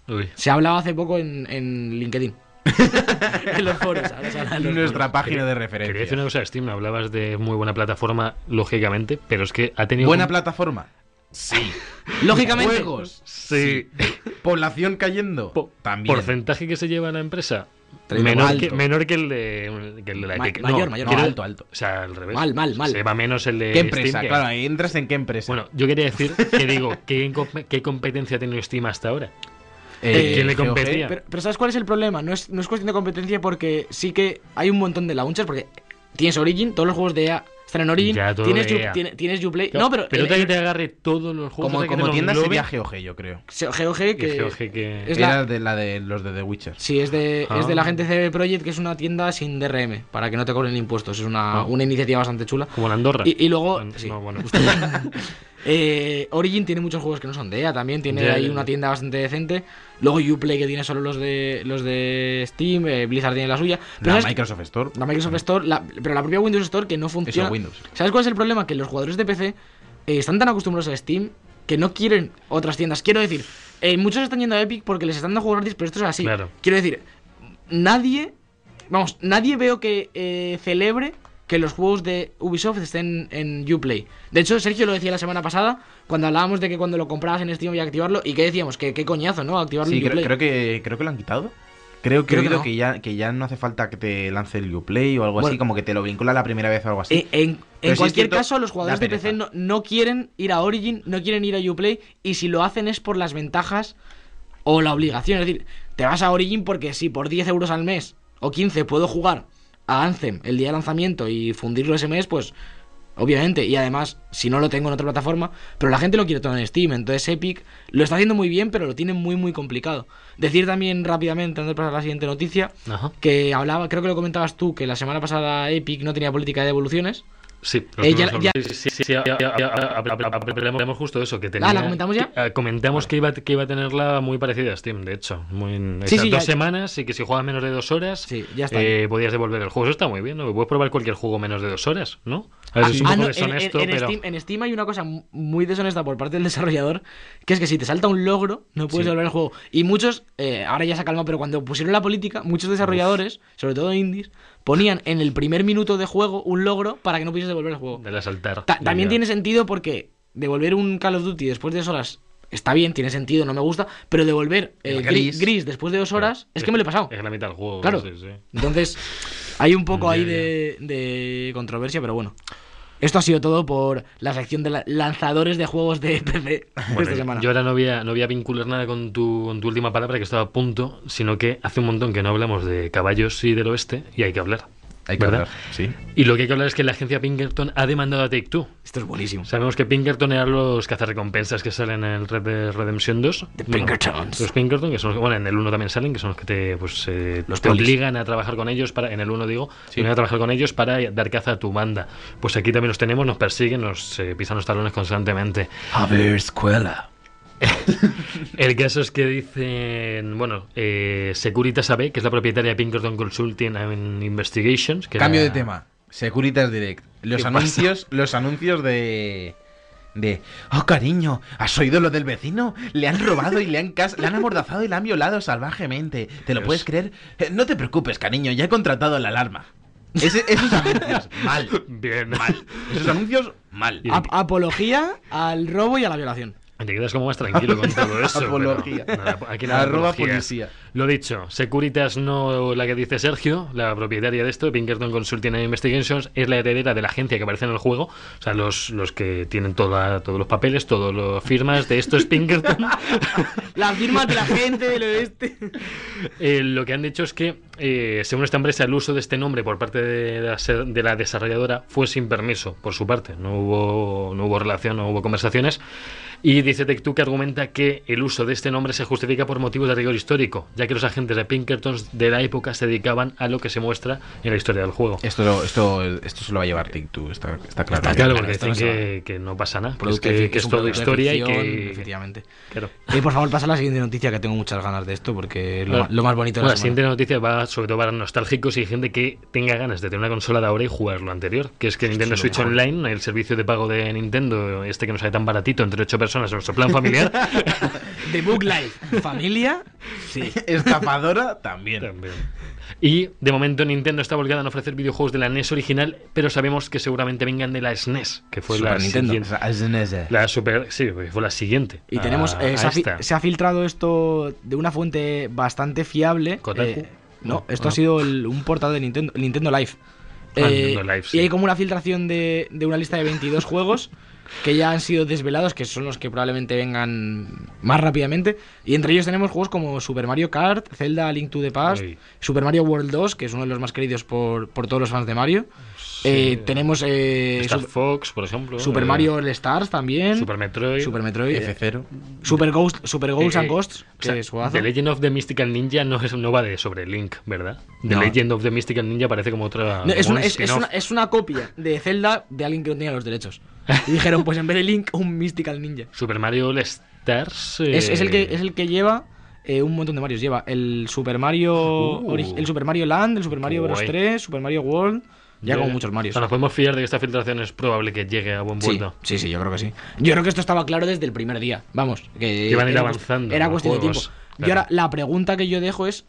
[SPEAKER 1] Uy.
[SPEAKER 2] Se ha hablado hace poco en, en LinkedIn. en los foros. ahora se habla en los
[SPEAKER 3] Nuestra
[SPEAKER 2] foros.
[SPEAKER 3] página de
[SPEAKER 1] Quería decir
[SPEAKER 3] referencia.
[SPEAKER 1] una cosa, Steam, hablabas de muy buena plataforma, lógicamente, pero es que ha tenido.
[SPEAKER 3] Buena
[SPEAKER 1] un-
[SPEAKER 3] plataforma.
[SPEAKER 2] Lógicamente,
[SPEAKER 3] Juegos.
[SPEAKER 1] Sí.
[SPEAKER 3] Población cayendo.
[SPEAKER 1] Po-
[SPEAKER 3] También.
[SPEAKER 1] porcentaje que se lleva la empresa.
[SPEAKER 2] Treinta,
[SPEAKER 1] Menor
[SPEAKER 2] alto.
[SPEAKER 1] que, menor que el de, que el de la
[SPEAKER 2] Ma-
[SPEAKER 1] Epic.
[SPEAKER 2] mayor, mayor,
[SPEAKER 1] quiero-
[SPEAKER 2] no,
[SPEAKER 3] alto, alto.
[SPEAKER 1] O sea, al revés.
[SPEAKER 2] Mal, mal, mal.
[SPEAKER 1] Se lleva menos el de.
[SPEAKER 3] ¿Qué
[SPEAKER 1] eh, Steam
[SPEAKER 3] empresa?
[SPEAKER 1] que-
[SPEAKER 3] Claro, ahí entras en qué empresa.
[SPEAKER 1] Bueno, yo quería decir que digo, ¿qué, com- qué competencia ha tenido Steam hasta ahora?
[SPEAKER 3] Eh,
[SPEAKER 1] ¿quién le
[SPEAKER 3] GOG?
[SPEAKER 1] competía?
[SPEAKER 2] Pero, pero ¿sabes cuál es el problema? No es, no es cuestión de competencia porque sí que hay un montón de launchers porque tienes Origin, todos los juegos de EA están en Origin,
[SPEAKER 1] Ya, todo
[SPEAKER 2] tienes,
[SPEAKER 1] de
[SPEAKER 2] You-
[SPEAKER 1] EA.
[SPEAKER 2] tiene- tienes Uplay. No, pero,
[SPEAKER 1] Pero
[SPEAKER 2] en-
[SPEAKER 1] otra que
[SPEAKER 2] en-
[SPEAKER 1] te agarre todos los juegos.
[SPEAKER 3] Como,
[SPEAKER 1] otra que
[SPEAKER 3] como
[SPEAKER 1] te los
[SPEAKER 3] tienda
[SPEAKER 1] englobe,
[SPEAKER 3] sería GOG, yo creo.
[SPEAKER 2] GOG
[SPEAKER 1] que
[SPEAKER 2] que...
[SPEAKER 1] GOG que-
[SPEAKER 2] Es
[SPEAKER 3] Era
[SPEAKER 2] la-
[SPEAKER 3] de la de los de The Witcher.
[SPEAKER 2] Sí, es de,
[SPEAKER 1] Ah.
[SPEAKER 2] es de la gente CB Projekt, que es una tienda sin DRM, para que no te cobren impuestos. Es una,
[SPEAKER 1] Ah.
[SPEAKER 2] una iniciativa bastante chula.
[SPEAKER 1] Como la Andorra.
[SPEAKER 2] Y, y luego,
[SPEAKER 1] Bueno,
[SPEAKER 2] sí.
[SPEAKER 1] no, bueno.
[SPEAKER 2] Eh, Origin tiene muchos juegos que no son de EA también, tiene
[SPEAKER 1] Ya,
[SPEAKER 2] ahí
[SPEAKER 1] ya, ya.
[SPEAKER 2] una tienda bastante decente. Luego Uplay que tiene solo los de los de Steam, eh, Blizzard tiene la suya. Pero
[SPEAKER 3] La
[SPEAKER 2] ¿sabes?
[SPEAKER 3] Microsoft Store.
[SPEAKER 2] La Microsoft Store, la- pero la propia Windows Store que no funciona.
[SPEAKER 3] Eso, Windows.
[SPEAKER 2] ¿Sabes cuál es el problema? Que los jugadores de PC eh, están tan acostumbrados a Steam que no quieren otras tiendas. Quiero decir, eh, muchos están yendo a Epic porque les están dando juegos gratis, pero esto es así.
[SPEAKER 1] Claro.
[SPEAKER 2] Quiero decir, nadie, vamos, nadie veo que eh, celebre que los juegos de Ubisoft estén en Uplay. De hecho, Sergio lo decía la semana pasada cuando hablábamos de que cuando lo comprabas en Steam había que activarlo y que decíamos que qué coñazo, ¿no? Activarlo
[SPEAKER 3] Sí,
[SPEAKER 2] en Uplay.
[SPEAKER 3] creo, creo que, creo que lo han quitado. Creo que, he
[SPEAKER 2] Creo que
[SPEAKER 3] oído
[SPEAKER 2] no.
[SPEAKER 3] que, ya, que ya no hace falta que te lance el Uplay o algo así,
[SPEAKER 2] Bueno.
[SPEAKER 3] como que te lo vincula la primera vez o algo así.
[SPEAKER 2] En- Eh, En, en
[SPEAKER 3] sí es
[SPEAKER 2] cualquier
[SPEAKER 3] cierto,
[SPEAKER 2] caso, los jugadores
[SPEAKER 3] da
[SPEAKER 2] de PC no,
[SPEAKER 3] pereza.
[SPEAKER 2] no quieren ir a Origin, no quieren ir a Uplay, y si lo hacen es por las ventajas o la obligación. Es decir, te vas a Origin porque si por 10 euros al mes o 15 puedo jugar a Anthem el día de lanzamiento y fundirlo ese mes, pues obviamente. Y además, si no lo tengo en otra plataforma, pero la gente lo quiere todo en Steam, entonces Epic lo está haciendo muy bien, pero lo tiene muy, muy complicado. Decir también rápidamente, antes de pasar a la siguiente noticia,
[SPEAKER 1] Ajá.
[SPEAKER 2] que hablaba, creo que lo comentabas tú, que la semana pasada Epic no tenía política de devoluciones.
[SPEAKER 1] Sí,
[SPEAKER 2] Eh,
[SPEAKER 1] los
[SPEAKER 2] ya-
[SPEAKER 1] primeros
[SPEAKER 2] ya-
[SPEAKER 1] Orgos. Sí, sí, sí, sí, ya- ya- ya- ya- hablamos justo eso, que tenía...
[SPEAKER 2] Ah, ¿la comentamos ya?
[SPEAKER 1] que, ah, comentamos que, iba, que iba a tenerla muy parecida a Steam, de hecho. Muy, en-
[SPEAKER 2] Sí,
[SPEAKER 1] esas
[SPEAKER 2] sí,
[SPEAKER 1] dos
[SPEAKER 2] ya-
[SPEAKER 1] semanas y que si jugabas menos de dos horas,
[SPEAKER 2] Sí, ya está.
[SPEAKER 1] eh, podías devolver el juego. Eso está muy bien, ¿no? Puedes probar cualquier juego menos de dos horas, ¿no? A ver, es un poco
[SPEAKER 2] Ah, no, en- en-
[SPEAKER 1] deshonesto,
[SPEAKER 2] en,
[SPEAKER 1] pero...
[SPEAKER 2] Steam, en Steam hay una cosa mu- muy deshonesta por parte del desarrollador, que es que si te salta un logro, no
[SPEAKER 1] Sí.
[SPEAKER 2] puedes devolver el juego. Y muchos, eh, ahora ya se ha calmado, pero cuando pusieron la política, muchos desarrolladores, sobre todo indies, ponían en el primer minuto de juego un logro para que no pudieses devolver el juego.
[SPEAKER 1] De la saltar.
[SPEAKER 2] Ta- también
[SPEAKER 1] Ya.
[SPEAKER 2] tiene sentido porque devolver un Call of Duty después de dos horas está bien, tiene sentido, no me gusta, pero devolver eh,
[SPEAKER 3] El
[SPEAKER 2] gri-
[SPEAKER 3] gris.
[SPEAKER 2] gris. después de dos horas es que me lo he pasado.
[SPEAKER 1] Es la mitad del juego.
[SPEAKER 2] Claro.
[SPEAKER 1] sí, sí.
[SPEAKER 2] Entonces, hay un poco
[SPEAKER 1] Ya,
[SPEAKER 2] ahí
[SPEAKER 1] ya.
[SPEAKER 2] de, de controversia, pero bueno. Esto ha sido todo por la sección de la- lanzadores de juegos de PC
[SPEAKER 1] Bueno,
[SPEAKER 2] esta semana.
[SPEAKER 1] yo ahora no voy a, no voy a vincular nada con tu, con tu última palabra que estaba a punto, sino que hace un montón que no hablamos de caballos y del oeste y hay que hablar.
[SPEAKER 3] Hay que
[SPEAKER 1] ¿verdad?
[SPEAKER 3] hablar, sí.
[SPEAKER 1] Y lo que hay que hablar es que la agencia Pinkerton ha demandado a Take Two.
[SPEAKER 2] Esto es buenísimo.
[SPEAKER 1] Sabemos que Pinkerton eran los cazarrecompensas que salen en el Red Dead Redemption 2.
[SPEAKER 2] The Pinkertons.
[SPEAKER 1] Los Pinkerton, que son los que, bueno, en el 1 también salen, que son los que te, pues, eh,
[SPEAKER 2] Los
[SPEAKER 1] te
[SPEAKER 2] polis.
[SPEAKER 1] obligan a trabajar con ellos, para, en el 1 digo, te obligan a trabajar con ellos para dar caza a tu banda. Pues aquí también los tenemos, nos persiguen, nos eh, pisan los talones constantemente.
[SPEAKER 3] A ver, escuela.
[SPEAKER 1] El caso es que dicen, bueno, eh, Securitas AB, que es la propietaria de Pinkerton Consulting and Investigations. Que
[SPEAKER 3] Cambio
[SPEAKER 1] era-
[SPEAKER 3] de tema. Securitas Direct. Los
[SPEAKER 1] ¿Qué
[SPEAKER 3] anuncios, los anuncios de. De. Oh, cariño, ¿has oído lo del vecino? Le han robado y le han, cas- le han amordazado y le han violado salvajemente. ¿Te lo
[SPEAKER 1] Dios.
[SPEAKER 3] puedes creer? Eh, no te preocupes, cariño, ya he contratado la alarma. Ese- esos anuncios, mal.
[SPEAKER 1] Bien.
[SPEAKER 3] Mal. Esos anuncios, mal.
[SPEAKER 1] Y-
[SPEAKER 2] Ap- apología al robo y a la violación.
[SPEAKER 1] Te quedas como más tranquilo con todo eso. pero-
[SPEAKER 3] Apología.
[SPEAKER 1] nada, aquí nada de
[SPEAKER 3] Arroba
[SPEAKER 1] apologías.
[SPEAKER 3] policía.
[SPEAKER 1] Lo dicho, Securitas no la que dice Sergio, la propietaria de esto, Pinkerton Consulting and Investigations, es la heredera de la agencia que aparece en el juego. O sea, los, los que tienen toda, todos los papeles, todas las firmas de esto es Pinkerton.
[SPEAKER 2] La firma de este. la gente del oeste.
[SPEAKER 1] Eh, lo que han dicho es que, eh, según esta empresa, el uso de este nombre por parte de la, se- de la desarrolladora fue sin permiso, por su parte. No hubo, no hubo relación, no hubo conversaciones. Y dice Tech2 que argumenta que el uso de este nombre se justifica por motivos de rigor histórico, ya que los agentes de Pinkerton de la época se dedicaban a lo que se muestra en la historia del juego.
[SPEAKER 3] Esto, lo- esto, esto se lo va a llevar TikTok, está, está claro.
[SPEAKER 1] Está claro, porque
[SPEAKER 2] esto
[SPEAKER 1] dicen
[SPEAKER 2] no se
[SPEAKER 1] que, que no pasa nada,
[SPEAKER 2] Producto
[SPEAKER 1] que,
[SPEAKER 2] de-
[SPEAKER 1] que es
[SPEAKER 2] un
[SPEAKER 1] todo
[SPEAKER 2] producto de
[SPEAKER 1] historia y
[SPEAKER 2] ficción,
[SPEAKER 1] que...
[SPEAKER 2] Efectivamente.
[SPEAKER 1] claro.
[SPEAKER 2] Eh, por favor, pasa a la siguiente noticia que tengo muchas ganas de esto porque lo,
[SPEAKER 1] Bueno,
[SPEAKER 2] ma- lo más bonito de
[SPEAKER 1] bueno,
[SPEAKER 2] la
[SPEAKER 1] la
[SPEAKER 2] semana.
[SPEAKER 1] siguiente noticia va sobre todo para nostálgicos y gente que tenga ganas de tener una consola de ahora y jugar lo anterior, que es que Nintendo Switch Online, el servicio de pago de Nintendo, este que nos sale tan baratito entre ocho personas en nuestro plan familiar,
[SPEAKER 2] The Book Life. Familia. Sí.
[SPEAKER 3] Estafadora también.
[SPEAKER 1] también. Y de momento Nintendo está volcada en ofrecer videojuegos de la NES original, pero sabemos que seguramente vengan de la SNES, que fue la
[SPEAKER 3] Super Nintendo.
[SPEAKER 1] siguiente.
[SPEAKER 3] E
[SPEAKER 1] La super, sí, fue la siguiente. Ah,
[SPEAKER 2] Y tenemos.
[SPEAKER 1] a- este.
[SPEAKER 2] eh,
[SPEAKER 1] a
[SPEAKER 2] se, ha fi-
[SPEAKER 1] esta.
[SPEAKER 2] se ha filtrado esto de una fuente bastante fiable.
[SPEAKER 1] Kotaku.
[SPEAKER 2] Eh, no, esto
[SPEAKER 1] Ah.
[SPEAKER 2] ha sido el- un portal de Nintendo, Nintendo Live. Eh,
[SPEAKER 1] Ah, Nintendo Live, sí.
[SPEAKER 2] Y hay como una filtración de, de una lista de 22 juegos que ya han sido desvelados, que son los que probablemente vengan más rápidamente. Y entre ellos tenemos juegos como Super Mario Kart, Zelda Link to the Past,
[SPEAKER 1] Ey.
[SPEAKER 2] Super Mario World 2, que es uno de los más queridos por, por todos los fans de Mario. Eh, tenemos eh,
[SPEAKER 1] Star
[SPEAKER 2] Sup-
[SPEAKER 1] Fox, por ejemplo.
[SPEAKER 2] Super
[SPEAKER 1] eh,
[SPEAKER 2] Mario All Stars también.
[SPEAKER 1] Super Metroid.
[SPEAKER 2] Super Metroid.
[SPEAKER 3] F0.
[SPEAKER 2] Super Ghost, Super Ghosts
[SPEAKER 1] Eh,
[SPEAKER 2] and Ghosts,
[SPEAKER 1] o
[SPEAKER 2] que
[SPEAKER 1] sea,
[SPEAKER 2] es juegazo.
[SPEAKER 1] The Legend of the Mystical Ninja no, es, no va de sobre Link, ¿verdad? The
[SPEAKER 2] No.
[SPEAKER 1] Legend of the Mystical Ninja parece como otra.
[SPEAKER 2] No, es,
[SPEAKER 1] como
[SPEAKER 2] una,
[SPEAKER 1] un
[SPEAKER 2] es, es
[SPEAKER 1] spin-off.
[SPEAKER 2] una, es una copia de Zelda de alguien que no tenía los derechos. Y dijeron, pues en vez de Link, un Mystical Ninja.
[SPEAKER 1] Super Mario All Stars. eh,
[SPEAKER 2] Es, es el, que, es el que lleva eh, un montón de Marios. Lleva el Super Mario
[SPEAKER 1] Uh.
[SPEAKER 2] ori- el Super Mario Land, el Super Mario Bros.
[SPEAKER 1] Guay.
[SPEAKER 2] 3, Super Mario World. Ya como muchos
[SPEAKER 1] O
[SPEAKER 2] Marios.
[SPEAKER 1] sea, eh, nos podemos fiar de que esta filtración es probable que llegue a buen
[SPEAKER 2] Sí,
[SPEAKER 1] puerto.
[SPEAKER 2] sí, sí, yo creo que sí. Yo creo que esto estaba claro desde el primer día. Vamos, que
[SPEAKER 1] Que van a ir
[SPEAKER 2] era
[SPEAKER 1] avanzando
[SPEAKER 2] Era
[SPEAKER 1] los
[SPEAKER 2] cuestión de
[SPEAKER 1] juegos,
[SPEAKER 2] tiempo.
[SPEAKER 1] claro.
[SPEAKER 2] Y ahora la pregunta que yo dejo es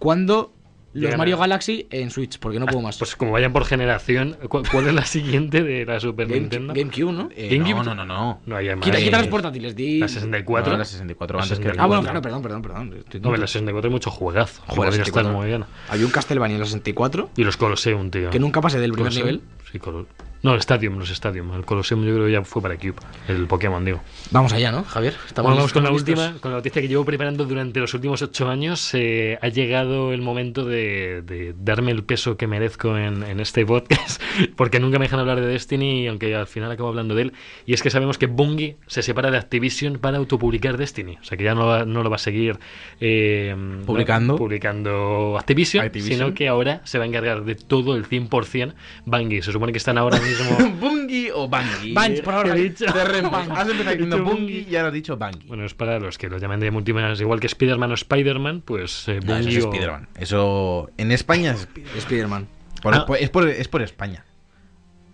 [SPEAKER 2] ¿cuándo los
[SPEAKER 1] Llegan
[SPEAKER 2] Mario
[SPEAKER 1] a-
[SPEAKER 2] Galaxy en Switch? Porque no puedo más.
[SPEAKER 1] Pues como vayan por generación, ¿cu- ¿cuál, es la siguiente de la Super
[SPEAKER 2] Game-
[SPEAKER 1] Nintendo?
[SPEAKER 2] GameCube, ¿no?
[SPEAKER 1] GameCube-
[SPEAKER 3] no, Eh, no, no, no.
[SPEAKER 1] No hay más.
[SPEAKER 2] Quita,
[SPEAKER 3] Eh,
[SPEAKER 2] quita los portátiles, di.
[SPEAKER 1] La 64.
[SPEAKER 3] No, la 64,
[SPEAKER 1] La
[SPEAKER 3] antes que la
[SPEAKER 2] Ah, bueno,
[SPEAKER 1] 64.
[SPEAKER 2] claro, perdón, perdón, perdón. Estoy
[SPEAKER 1] No,
[SPEAKER 2] tonto.
[SPEAKER 1] en la 64 hay mucho juegazo. que
[SPEAKER 2] Joder,
[SPEAKER 1] podría estar
[SPEAKER 2] 64.
[SPEAKER 1] muy bien.
[SPEAKER 2] Había un Castlevania en la 64
[SPEAKER 1] Y los Colosseum, tío.
[SPEAKER 2] que nunca pasé del primer
[SPEAKER 1] ¿Colosseum?
[SPEAKER 2] nivel.
[SPEAKER 1] Pues Sí, Colo- No, Stadium, los Stadium. El Colosseum yo creo que ya fue para Cube. El Pokémon, digo.
[SPEAKER 2] Vamos allá, ¿no, Javier? Estamos
[SPEAKER 1] Bueno, vamos con la
[SPEAKER 2] listos.
[SPEAKER 1] última, con la noticia que llevo preparando durante los últimos ocho años. Eh, ha llegado el momento de, de darme el peso que merezco en, en este podcast, porque nunca me dejan hablar de Destiny, aunque al final acabo hablando de él. Y es que sabemos que Bungie se separa de Activision para autopublicar Destiny. O sea que ya no, va- no lo va a seguir eh,
[SPEAKER 3] Publicando.
[SPEAKER 1] publicando Activision,
[SPEAKER 3] Activision.
[SPEAKER 1] sino que ahora se va a encargar de todo el 100%. Bungie, se supone que están ahora mismo mismo.
[SPEAKER 3] Bungie o Bungie.
[SPEAKER 2] Bungie, por favor,
[SPEAKER 1] He
[SPEAKER 2] Bungie.
[SPEAKER 1] dicho-
[SPEAKER 3] Te remontas. Has empezado diciendo
[SPEAKER 1] He dicho
[SPEAKER 3] Bungie y ahora has dicho Bungie.
[SPEAKER 1] Bueno, es para los que lo llamen de multimaneras, igual que Spider-Man o Spider-Man, pues eh,
[SPEAKER 3] No, Ah, eso
[SPEAKER 1] Bungie
[SPEAKER 3] es
[SPEAKER 1] o-
[SPEAKER 3] Spider-Man. Eso en España es Spider-Man.
[SPEAKER 2] Spider-Man.
[SPEAKER 3] Por-
[SPEAKER 1] Ah.
[SPEAKER 3] por- es, por, es por España.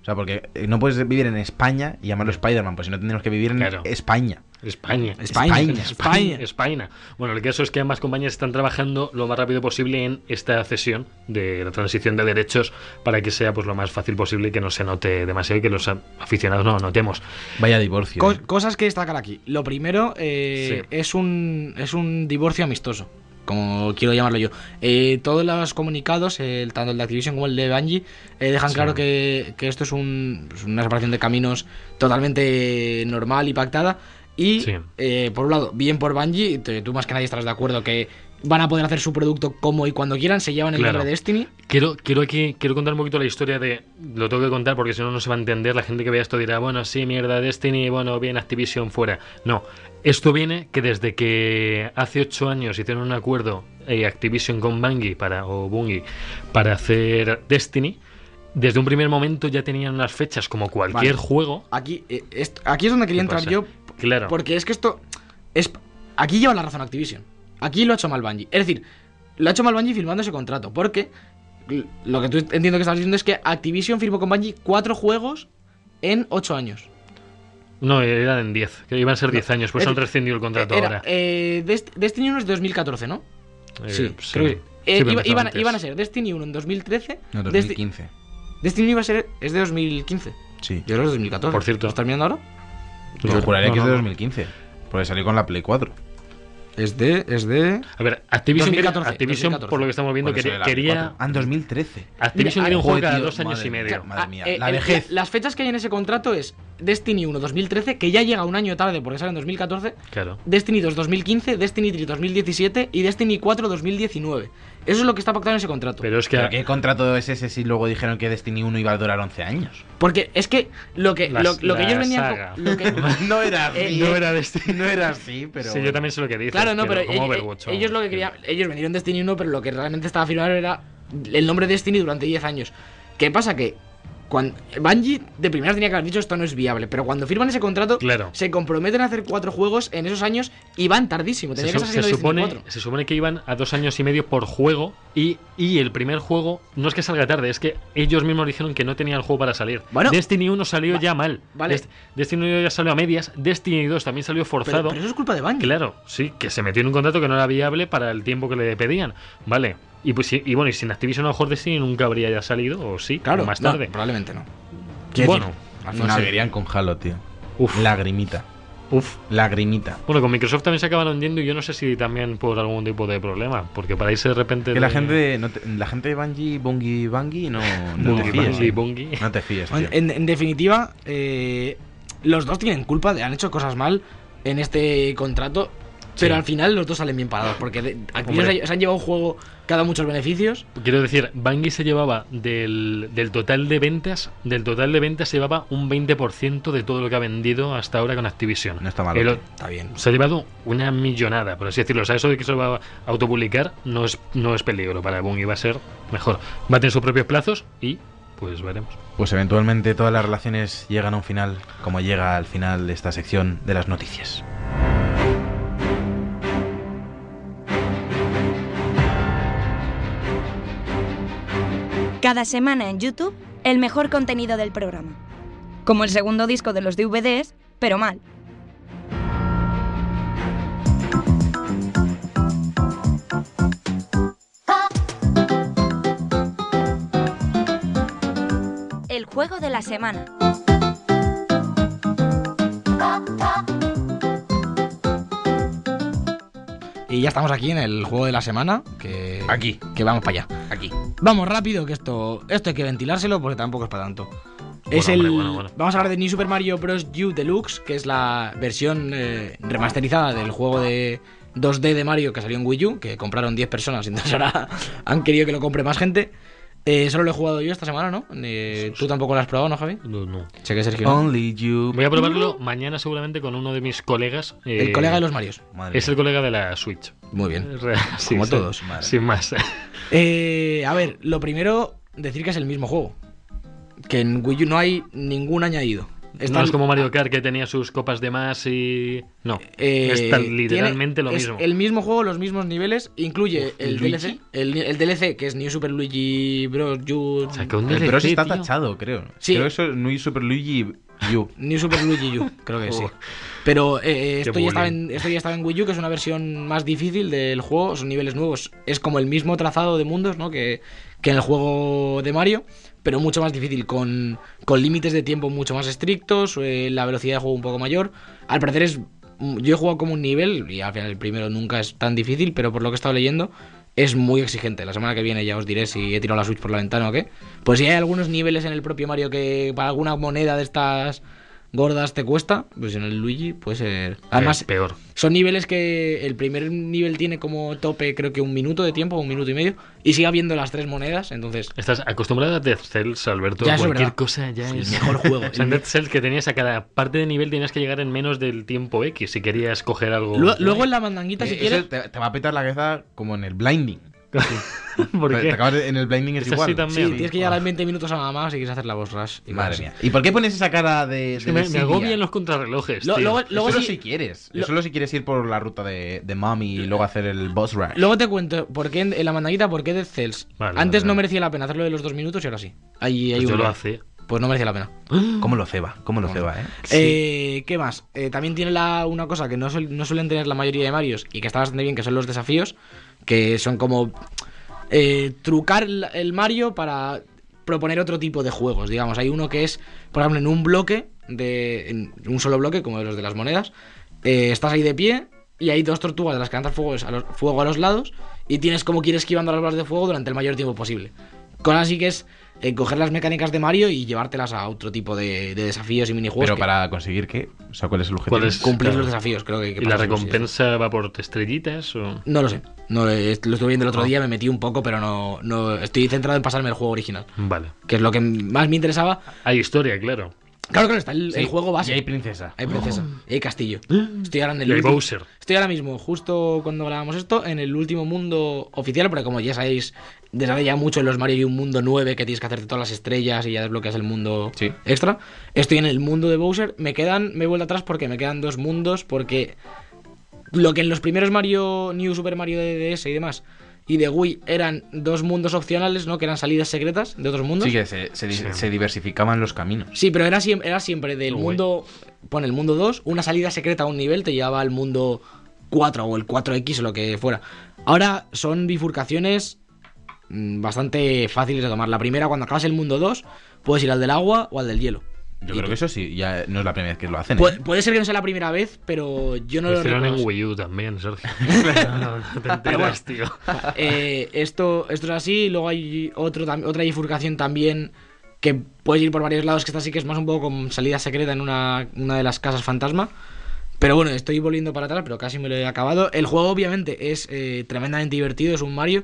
[SPEAKER 3] O sea, porque eh, no puedes vivir en España y llamarlo Spider-Man, pues si no tendríamos que vivir en
[SPEAKER 1] Claro.
[SPEAKER 3] España.
[SPEAKER 1] España.
[SPEAKER 2] España.
[SPEAKER 3] España.
[SPEAKER 1] España. España. Bueno, el caso es que ambas compañías están trabajando lo más rápido posible en esta cesión de la transición de derechos para que sea pues lo más fácil posible y que no se note demasiado y que los a- aficionados no lo notemos.
[SPEAKER 3] Vaya divorcio.
[SPEAKER 2] Co-
[SPEAKER 3] ¿eh?
[SPEAKER 2] cosas que destacar aquí. Lo primero eh,
[SPEAKER 1] Sí.
[SPEAKER 2] es, un, es un divorcio amistoso, como quiero llamarlo yo. Eh, todos los comunicados, el- tanto el de Activision como el de Bungie, eh, dejan
[SPEAKER 1] Sí.
[SPEAKER 2] claro que, que esto es un- es una separación de caminos totalmente normal y pactada. Y,
[SPEAKER 1] Sí.
[SPEAKER 2] eh, por un lado, bien por Bungie, te- tú más que nadie estarás de acuerdo que van a poder hacer su producto como y cuando quieran, se llevan el
[SPEAKER 1] Claro.
[SPEAKER 2] nombre de Destiny.
[SPEAKER 1] Quiero, quiero aquí, quiero contar un poquito la historia de. Lo tengo que contar porque si no, no se va a entender. La gente que vea esto dirá, bueno, sí, mierda, Destiny, bueno, bien, Activision, fuera. No. Esto viene que desde que hace ocho años hicieron un acuerdo eh, Activision con Bungie para, o Bungie para hacer Destiny, desde un primer momento ya tenían unas fechas como cualquier
[SPEAKER 2] Vale.
[SPEAKER 1] juego.
[SPEAKER 2] Aquí, eh, est- aquí es donde quería
[SPEAKER 1] ¿Qué
[SPEAKER 2] entrar
[SPEAKER 1] pasa?
[SPEAKER 2] yo.
[SPEAKER 1] Claro.
[SPEAKER 2] Porque es que esto. Es, aquí lleva la razón Activision. Aquí lo ha hecho mal Bungie. Es decir, lo ha hecho mal Bungie firmando ese contrato. Porque l- lo que tú entiendo que estás diciendo es que Activision firmó con Bungie cuatro juegos en ocho años.
[SPEAKER 1] No, eran en 10, que iban a ser 10 años, pues
[SPEAKER 2] Es
[SPEAKER 1] han
[SPEAKER 2] decir,
[SPEAKER 1] rescindido el contrato
[SPEAKER 2] Era,
[SPEAKER 1] ahora.
[SPEAKER 2] eh, Dest- Destiny 1 es de 2014, ¿no?
[SPEAKER 1] Eh,
[SPEAKER 2] sí,
[SPEAKER 1] sí.
[SPEAKER 2] creo que-
[SPEAKER 1] Sí,
[SPEAKER 2] eh,
[SPEAKER 1] pero
[SPEAKER 2] iba-
[SPEAKER 1] empezó
[SPEAKER 2] iban,
[SPEAKER 1] antes.
[SPEAKER 2] iban a ser Destiny 1 en 2013.
[SPEAKER 3] No,
[SPEAKER 2] Desti-
[SPEAKER 3] 2015.
[SPEAKER 2] Destiny 1 iba a ser. Es de 2015.
[SPEAKER 3] Sí.
[SPEAKER 2] Yo creo que es 2014.
[SPEAKER 1] Por cierto.
[SPEAKER 2] ¿Lo ¿Estás mirando ahora?
[SPEAKER 3] Yo
[SPEAKER 1] No,
[SPEAKER 3] juraría
[SPEAKER 1] no,
[SPEAKER 3] que es de
[SPEAKER 1] no, no.
[SPEAKER 3] 2015. Porque salió con la Play 4.
[SPEAKER 2] Es de. Es de.
[SPEAKER 1] A ver, Activision,
[SPEAKER 2] 2014,
[SPEAKER 1] Activision,
[SPEAKER 2] 2014.
[SPEAKER 1] por lo que estamos viendo,
[SPEAKER 3] Por eso de
[SPEAKER 1] quería,
[SPEAKER 3] la Play
[SPEAKER 1] quería
[SPEAKER 3] 4. Ah, en 2013.
[SPEAKER 1] Activision
[SPEAKER 2] Mira,
[SPEAKER 1] tiene un juego
[SPEAKER 3] joder,
[SPEAKER 1] cada
[SPEAKER 3] tío,
[SPEAKER 1] dos años
[SPEAKER 3] madre
[SPEAKER 1] y
[SPEAKER 3] mía.
[SPEAKER 1] medio.
[SPEAKER 3] Madre mía,
[SPEAKER 2] eh,
[SPEAKER 3] la
[SPEAKER 2] el-
[SPEAKER 3] vejez.
[SPEAKER 2] la- las fechas que hay en ese contrato es Destiny 1 2013, que ya llega un año tarde porque sale en 2014,
[SPEAKER 1] Claro.
[SPEAKER 2] Destiny 2 2015, Destiny 3 2017 y Destiny 4 2019. Eso es lo que está pactado en ese contrato.
[SPEAKER 1] Pero es que
[SPEAKER 3] ¿Pero ¿Qué contrato es ese si luego dijeron que Destiny 1 iba a durar 11 años?
[SPEAKER 2] Porque es que lo que,
[SPEAKER 1] Las-
[SPEAKER 2] lo, lo que
[SPEAKER 1] la
[SPEAKER 2] ellos vendían.
[SPEAKER 1] saga.
[SPEAKER 2] co- lo que-
[SPEAKER 3] no era
[SPEAKER 2] Eh,
[SPEAKER 3] así.
[SPEAKER 1] no era Destiny.
[SPEAKER 3] No era así, pero.
[SPEAKER 1] sí, yo también sé lo que dices.
[SPEAKER 2] claro, no, pero,
[SPEAKER 1] como
[SPEAKER 2] ell-
[SPEAKER 1] Overwatch,
[SPEAKER 2] ell- ellos lo que querían. Ellos vendieron Destiny 1, pero lo que realmente estaba firmado era el nombre Destiny durante 10 años. ¿Qué pasa? Que. Cuando, Bungie de primeras tenía que haber dicho esto no es viable, pero cuando firman ese contrato
[SPEAKER 1] Claro.
[SPEAKER 2] se comprometen a hacer cuatro juegos en esos años y van tardísimo.
[SPEAKER 1] Se,
[SPEAKER 2] Tenía que
[SPEAKER 1] su-
[SPEAKER 2] estar
[SPEAKER 1] se
[SPEAKER 2] haciendo
[SPEAKER 1] supone,
[SPEAKER 2] Destiny 4.
[SPEAKER 1] se supone que iban a dos años y medio por juego y, y el primer juego no es que salga tarde, es que ellos mismos dijeron que no tenían el juego para salir.
[SPEAKER 2] Bueno.
[SPEAKER 1] Destiny 1 salió ya mal.
[SPEAKER 2] vale.
[SPEAKER 1] Dest- Destiny 1 ya salió a medias. Destiny 2 también salió
[SPEAKER 2] Pero,
[SPEAKER 1] forzado.
[SPEAKER 2] pero eso es culpa de Bungie.
[SPEAKER 1] Claro, sí, que se metió en un contrato que no era viable para el tiempo que le pedían. Vale. Y, pues, sí- y bueno, y sin Activision a lo mejor Destiny nunca habría ya salido, o sí,
[SPEAKER 2] Claro,
[SPEAKER 1] o más
[SPEAKER 2] no,
[SPEAKER 1] tarde.
[SPEAKER 2] probablemente no.
[SPEAKER 1] bueno,
[SPEAKER 3] Al
[SPEAKER 2] No
[SPEAKER 3] final
[SPEAKER 2] sé.
[SPEAKER 3] seguirían con Halo, tío.
[SPEAKER 1] Uf.
[SPEAKER 3] Lagrimita.
[SPEAKER 1] uff.
[SPEAKER 3] Lagrimita.
[SPEAKER 1] Bueno, con Microsoft también se acaban hundiendo y yo no sé si también por algún tipo de problema, porque para irse de repente...
[SPEAKER 3] Que la
[SPEAKER 1] de-
[SPEAKER 3] gente, no te- la gente de Bungie, Bungie, Bungie, no, no
[SPEAKER 1] Bungie,
[SPEAKER 3] te fíes.
[SPEAKER 1] Bungie,
[SPEAKER 3] tío.
[SPEAKER 1] Bungie.
[SPEAKER 3] No te fíes, tío.
[SPEAKER 2] Bueno, En, en definitiva, eh, los dos tienen culpa, de, han hecho cosas mal en este contrato, pero
[SPEAKER 1] Sí.
[SPEAKER 2] al final los dos salen bien parados, porque de- Activision
[SPEAKER 1] Hombre.
[SPEAKER 2] se, ha- se han llevado un juego que ha dado muchos beneficios.
[SPEAKER 1] Quiero decir, Bungie se llevaba del, del total de ventas, del total de ventas se llevaba un 20% de todo lo que ha vendido hasta ahora con Activision.
[SPEAKER 3] No está malo.
[SPEAKER 1] El o-
[SPEAKER 2] Está bien.
[SPEAKER 1] se ha llevado una millonada, por así decirlo. O sea, eso de que se lo va a autopublicar no es, no es peligro para Bungie, va a ser mejor. Va a tener sus propios plazos y pues veremos.
[SPEAKER 3] Pues eventualmente todas las relaciones llegan a un final, como llega al final de esta sección de las noticias.
[SPEAKER 4] Cada semana en YouTube, el mejor contenido del programa. Como el segundo disco de los DVDs, pero mal. El juego de la semana.
[SPEAKER 2] Y ya estamos aquí en el juego de la semana, que,
[SPEAKER 3] Aquí.
[SPEAKER 2] que vamos para allá.
[SPEAKER 3] Aquí.
[SPEAKER 2] Vamos rápido, que esto, esto hay que ventilárselo porque tampoco es para tanto. es
[SPEAKER 1] Bueno,
[SPEAKER 2] el.
[SPEAKER 1] hombre, bueno, bueno.
[SPEAKER 2] Vamos a hablar de New Super Mario Bros. U Deluxe, que es la versión eh, remasterizada del juego de 2D de Mario que salió en Wii U, que compraron 10 personas, entonces ahora han querido que lo compre más gente. Eh, solo lo he jugado yo esta semana, ¿no? Eh, Tú tampoco lo has probado, ¿no, Javi?
[SPEAKER 1] No, no.
[SPEAKER 2] Sé que Sergio. no.
[SPEAKER 3] Only you.
[SPEAKER 1] Voy a probarlo mañana seguramente con uno de mis colegas.
[SPEAKER 2] El
[SPEAKER 1] eh,
[SPEAKER 2] colega de los Marios.
[SPEAKER 3] Madre
[SPEAKER 1] Es el colega de la Switch.
[SPEAKER 2] Muy bien.
[SPEAKER 1] Sí,
[SPEAKER 2] Como
[SPEAKER 1] sí.
[SPEAKER 2] todos.
[SPEAKER 3] Madre.
[SPEAKER 1] Sin más.
[SPEAKER 2] Eh, a ver, lo primero, decir que es el mismo juego. que en Wii U no hay ningún añadido.
[SPEAKER 1] No
[SPEAKER 2] Están- ah.
[SPEAKER 1] es como Mario Kart que tenía sus copas de más y. No.
[SPEAKER 2] eh,
[SPEAKER 1] es tan
[SPEAKER 2] tiene-
[SPEAKER 1] literalmente lo
[SPEAKER 2] es
[SPEAKER 1] mismo.
[SPEAKER 2] El mismo juego, los mismos niveles, incluye
[SPEAKER 1] Uf,
[SPEAKER 2] el
[SPEAKER 1] ¿Luigi?
[SPEAKER 2] DLC, el, el DLC que es New Super Luigi Bros. U,
[SPEAKER 1] O sea, que un
[SPEAKER 3] El
[SPEAKER 1] DLC,
[SPEAKER 3] Bros está
[SPEAKER 1] tío.
[SPEAKER 3] tachado, creo.
[SPEAKER 2] Sí.
[SPEAKER 3] Creo que eso es muy Super Luigi U.
[SPEAKER 2] New Super Luigi U, creo que sí.
[SPEAKER 1] Oh.
[SPEAKER 2] Pero eh,
[SPEAKER 1] Qué
[SPEAKER 2] esto, ya estaba
[SPEAKER 1] bullying.
[SPEAKER 2] en, esto ya estaba en Wii U, que es una versión más difícil del juego, son niveles nuevos. Es como el mismo trazado de mundos ¿no? que, que en el juego de Mario, pero mucho más difícil, con, con límites de tiempo mucho más estrictos, eh, la velocidad de juego un poco mayor. Al parecer es... Yo he jugado como un nivel, y al final el primero nunca es tan difícil, pero por lo que he estado leyendo, es muy exigente. La semana que viene ya os diré si he tirado la Switch por la ventana o qué. Pues si hay algunos niveles en el propio Mario que para alguna moneda de estas gordas te cuesta, pues en el Luigi puede ser. Además,
[SPEAKER 1] Eh, peor.
[SPEAKER 2] son niveles que el primer nivel tiene como tope, creo que un minuto de tiempo, un minuto y medio, y sigue habiendo las tres monedas, entonces.
[SPEAKER 1] Estás acostumbrado a Dead Cells, Alberto.
[SPEAKER 2] Ya, eso es
[SPEAKER 1] Cualquier
[SPEAKER 2] verdad.
[SPEAKER 1] cosa ya es.
[SPEAKER 2] Mejor juego.
[SPEAKER 1] O sea, en Dead Cells que tenías a cada parte de nivel tenías que llegar en menos del tiempo X si querías coger algo.
[SPEAKER 2] Lu- Luego en la mandanguita, si
[SPEAKER 3] Eh,
[SPEAKER 2] quieres.
[SPEAKER 3] eso te, te va a petar la cabeza como en el blinding.
[SPEAKER 1] ¿Por
[SPEAKER 3] Te-
[SPEAKER 1] qué?
[SPEAKER 3] te acabas de- en el blinding es,
[SPEAKER 1] Es así
[SPEAKER 3] igual.
[SPEAKER 1] también.
[SPEAKER 2] Sí, tienes que llegar a 20 minutos a la más si quieres hacer la boss rush. y
[SPEAKER 3] Madre
[SPEAKER 2] cosas
[SPEAKER 3] mía. ¿Y por qué pones esa cara de,
[SPEAKER 1] Es
[SPEAKER 3] de
[SPEAKER 1] que me, me
[SPEAKER 3] desidia?
[SPEAKER 1] agobian los contrarrelojes. tío.
[SPEAKER 2] Lo-
[SPEAKER 1] Pues
[SPEAKER 2] luego-
[SPEAKER 3] Luego
[SPEAKER 2] luego
[SPEAKER 3] solo
[SPEAKER 2] sí-
[SPEAKER 3] si quieres.
[SPEAKER 2] lo-
[SPEAKER 3] Solo si quieres ir por la ruta de, de mami y luego hacer el boss rush.
[SPEAKER 2] Luego te cuento por qué en, en la mandanguita, por qué Dead Cells.
[SPEAKER 1] Vale,
[SPEAKER 2] Antes
[SPEAKER 1] vale,
[SPEAKER 2] no
[SPEAKER 1] vale.
[SPEAKER 2] merecía la pena hacerlo de los dos minutos y ahora sí. Ahí, ahí
[SPEAKER 1] Pues yo
[SPEAKER 2] un-
[SPEAKER 1] lo hacía.
[SPEAKER 2] Pues no merecía la pena.
[SPEAKER 3] ¿Cómo lo ceba? ¿Cómo lo ceba, eh?
[SPEAKER 2] Eh, ¿Qué más? Eh, también tiene la, una cosa que no, suel- no suelen tener la mayoría de Marios y que está bastante bien, que son los desafíos, que son como eh, trucar el, el Mario para proponer otro tipo de juegos, digamos. Hay uno que es, por ejemplo, en un bloque, de, en un solo bloque, como los de las monedas, eh, estás ahí de pie y hay dos tortugas de las que lanzan fuego a los, fuego a los lados y tienes como que ir esquivando las bolas de fuego durante el mayor tiempo posible. Con así que es eh, coger las mecánicas de Mario y llevártelas a otro tipo de, de desafíos y minijuegos.
[SPEAKER 3] Pero
[SPEAKER 2] que-
[SPEAKER 3] para conseguir qué? O sea, ¿cuál es el objetivo?
[SPEAKER 1] ¿Cuál es?
[SPEAKER 2] cumplir
[SPEAKER 1] Claro.
[SPEAKER 2] los desafíos, creo que. que
[SPEAKER 1] ¿Y la
[SPEAKER 2] para eso sí,
[SPEAKER 1] recompensa va por estrellitas o...?
[SPEAKER 2] sí. No lo sé. No, eh, lo estuve viendo el
[SPEAKER 1] Ah.
[SPEAKER 2] otro día, me metí un poco, pero no, no. Estoy centrado en pasarme el juego original,
[SPEAKER 1] Vale.
[SPEAKER 2] que es lo que más me interesaba.
[SPEAKER 1] Hay historia, claro.
[SPEAKER 2] Claro, claro, está el,
[SPEAKER 3] Sí,
[SPEAKER 2] el juego base.
[SPEAKER 3] Y hay princesa.
[SPEAKER 2] Hay princesa, y hay castillo. Estoy ahora en el
[SPEAKER 1] Oh. Y hay
[SPEAKER 2] último-
[SPEAKER 1] Bowser.
[SPEAKER 2] Estoy ahora mismo, justo cuando grabamos esto, en el último mundo oficial, porque como ya sabéis, desde hace ya mucho en los Mario hay un mundo 9 que tienes que hacerte todas las estrellas y ya desbloqueas el mundo
[SPEAKER 3] Sí.
[SPEAKER 2] extra. Estoy en el mundo de Bowser, me quedan, me he vuelto atrás porque me quedan dos mundos, porque lo que en los primeros Mario, New Super Mario de DS y demás, y de Wii eran dos mundos opcionales, ¿no? Que eran salidas secretas de otros mundos.
[SPEAKER 3] Sí, que se, se di-
[SPEAKER 1] Sí.
[SPEAKER 3] se diversificaban los caminos.
[SPEAKER 2] Sí, pero era, siem- era siempre del
[SPEAKER 1] Uy.
[SPEAKER 2] mundo. Pone el mundo 2, una salida secreta a un nivel te llevaba al mundo 4 o el 4X o lo que fuera. Ahora son bifurcaciones mm, bastante fáciles de tomar. La primera, cuando acabas el mundo 2, puedes ir al del agua o al del hielo. Y
[SPEAKER 3] Yo
[SPEAKER 2] Pues-
[SPEAKER 3] creo que eso sí, ya no es la primera vez que lo hacen. ¿eh?
[SPEAKER 2] Pu- puede ser que no sea la primera vez, pero yo no
[SPEAKER 1] Lo
[SPEAKER 2] lo
[SPEAKER 1] hicieron Pues en
[SPEAKER 2] recuerdo.
[SPEAKER 1] Wii U también, Sergio. No, no te enteras, tío.
[SPEAKER 2] Eh, esto, esto es así. Luego hay otro, tam- otra bifurcación también que puedes ir por varios lados, que esta sí que es más un poco con salida secreta en una, una de las casas fantasma. Pero bueno, estoy volviendo para atrás, pero casi me lo he acabado. El juego obviamente es eh, tremendamente divertido, es un Mario.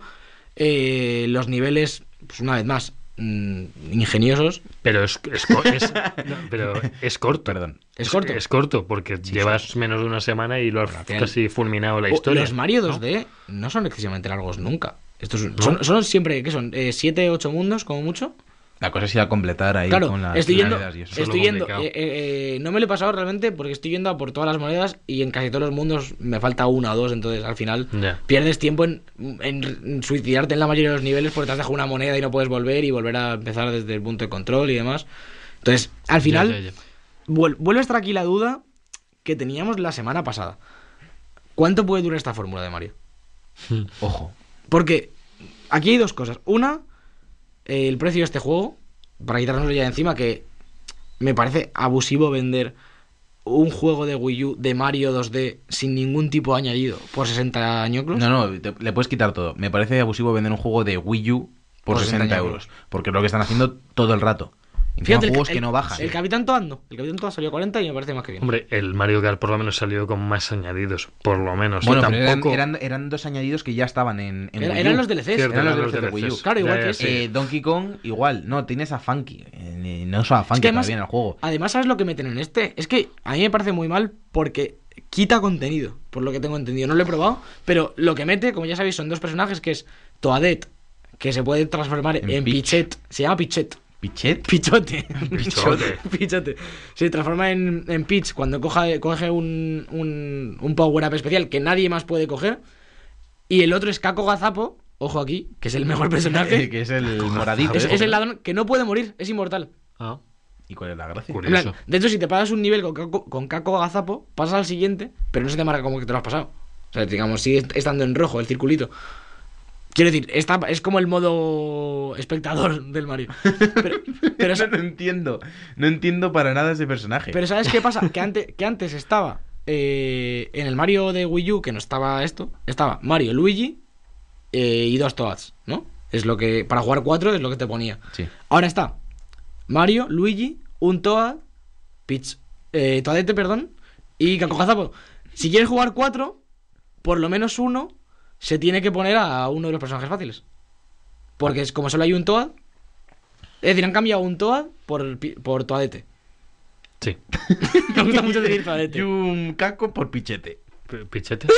[SPEAKER 2] Eh, los niveles, pues una vez más, mm, ingeniosos.
[SPEAKER 1] Pero es, es co- es- no, pero es corto.
[SPEAKER 3] Perdón.
[SPEAKER 2] Es corto.
[SPEAKER 1] Es corto, porque llevas menos de una semana y lo has
[SPEAKER 2] final-
[SPEAKER 1] casi fulminado la
[SPEAKER 2] O-
[SPEAKER 1] historia.
[SPEAKER 2] Los Mario
[SPEAKER 1] ¿no?
[SPEAKER 2] 2D no, son excesivamente largos nunca. Estos son, son- son siempre, ¿qué son? Eh, ¿Siete, ocho mundos como mucho?
[SPEAKER 3] La cosa es ir a completar ahí
[SPEAKER 2] Claro,
[SPEAKER 3] con las
[SPEAKER 2] estoy yendo,
[SPEAKER 3] monedas y eso.
[SPEAKER 1] es
[SPEAKER 2] estoy
[SPEAKER 1] lo
[SPEAKER 2] yendo
[SPEAKER 1] complicado.
[SPEAKER 2] eh, eh, eh, no me lo he pasado realmente porque estoy yendo a por todas las monedas y en casi todos los mundos me falta una o dos, entonces al final
[SPEAKER 1] Ya.
[SPEAKER 2] pierdes tiempo en, en suicidarte en la mayoría de los niveles porque te has dejado una moneda y no puedes volver y volver a empezar desde el punto de control y demás. Entonces, al final,
[SPEAKER 1] Ya, ya, ya.
[SPEAKER 2] vuel- vuelve a estar aquí la duda que teníamos la semana pasada. ¿Cuánto puede durar esta fórmula de Mario?
[SPEAKER 3] Ojo.
[SPEAKER 2] Porque aquí hay dos cosas. Una, eh, el precio de este juego, para quitarnos ya de encima, que me parece abusivo vender un juego de Wii U de Mario 2D sin ningún tipo de añadido por 60 añoclos.
[SPEAKER 3] No, no, te- le puedes quitar todo. Me parece abusivo vender un juego de Wii U por
[SPEAKER 2] Por
[SPEAKER 3] 60
[SPEAKER 2] 60
[SPEAKER 3] euros. Porque es lo que están haciendo todo el rato. Encima
[SPEAKER 2] el,
[SPEAKER 3] juegos
[SPEAKER 2] el-
[SPEAKER 3] que no bajan.
[SPEAKER 2] El Capitán Toad no. El Capitán Toad salió a 40 y me parece más que bien.
[SPEAKER 1] Hombre, el Mario Kart por lo menos salió con más añadidos. Por lo menos.
[SPEAKER 3] bueno,
[SPEAKER 1] Y
[SPEAKER 3] pero eran,
[SPEAKER 1] tampoco...
[SPEAKER 3] eran, eran dos añadidos que ya estaban en, en
[SPEAKER 2] Era-
[SPEAKER 3] Wii U.
[SPEAKER 2] eran los DLCs.
[SPEAKER 1] Cierto,
[SPEAKER 3] eran los
[SPEAKER 1] eran los
[SPEAKER 3] DLCs de Wii U.
[SPEAKER 1] DLCs.
[SPEAKER 2] Claro,
[SPEAKER 1] Ya,
[SPEAKER 2] igual
[SPEAKER 1] ya,
[SPEAKER 2] que-
[SPEAKER 1] sí.
[SPEAKER 3] Eh, Donkey Kong, igual. No, tienes a Funky. Eh, no es a Funky
[SPEAKER 2] Es que además-
[SPEAKER 3] todavía en el juego.
[SPEAKER 2] Además, ¿sabes lo que meten en este? Es que a mí me parece muy mal porque quita contenido, por lo que tengo entendido. No lo he probado, pero lo que mete, como ya sabéis, son dos personajes que es Toadette, que se puede transformar en,
[SPEAKER 3] En Peach.
[SPEAKER 2] Pichette. Se llama Pichette.
[SPEAKER 3] Pichet.
[SPEAKER 2] Pichote.
[SPEAKER 1] Pichote.
[SPEAKER 2] Pichote. Se transforma en, en Pitch cuando coja, coge un, un, un power-up especial que nadie más puede coger. Y el otro es Caco Gazapo, ojo aquí, que es el mejor
[SPEAKER 3] eh,
[SPEAKER 2] personaje.
[SPEAKER 3] que es el moradito.
[SPEAKER 2] es, es el ladrón que no puede morir, es inmortal.
[SPEAKER 1] Ah,
[SPEAKER 3] ¿Y cuál es la gracia?
[SPEAKER 2] En plan,
[SPEAKER 1] curioso.
[SPEAKER 2] de hecho, si te pasas un nivel con Caco, con Caco Gazapo, pasas al siguiente, pero no se te marca como que te lo has pasado. O sea, digamos, sigue est- estando en rojo el circulito. Quiero decir, está, es como el modo espectador del Mario. Pero, pero es-
[SPEAKER 3] no, no entiendo. No entiendo para nada ese personaje.
[SPEAKER 2] Pero ¿sabes qué pasa? Que antes, que antes estaba eh, en el Mario de Wii U, que no estaba esto, estaba Mario, Luigi eh, y dos Toads, ¿no? Es lo que, para jugar cuatro es lo que te ponía.
[SPEAKER 3] Sí.
[SPEAKER 2] Ahora está Mario, Luigi, un Toad, Peach, eh, Toadette, perdón, y Cacocazapo. Si quieres jugar cuatro, por lo menos uno se tiene que poner a uno de los personajes fáciles. Porque es como solo hay un Toad. Es decir, han cambiado un Toad por, Pi- por Toadete.
[SPEAKER 1] Sí.
[SPEAKER 2] Me gusta mucho decir
[SPEAKER 3] Y
[SPEAKER 2] Toadete.
[SPEAKER 3] un caco por pichete.
[SPEAKER 1] P- Pichete.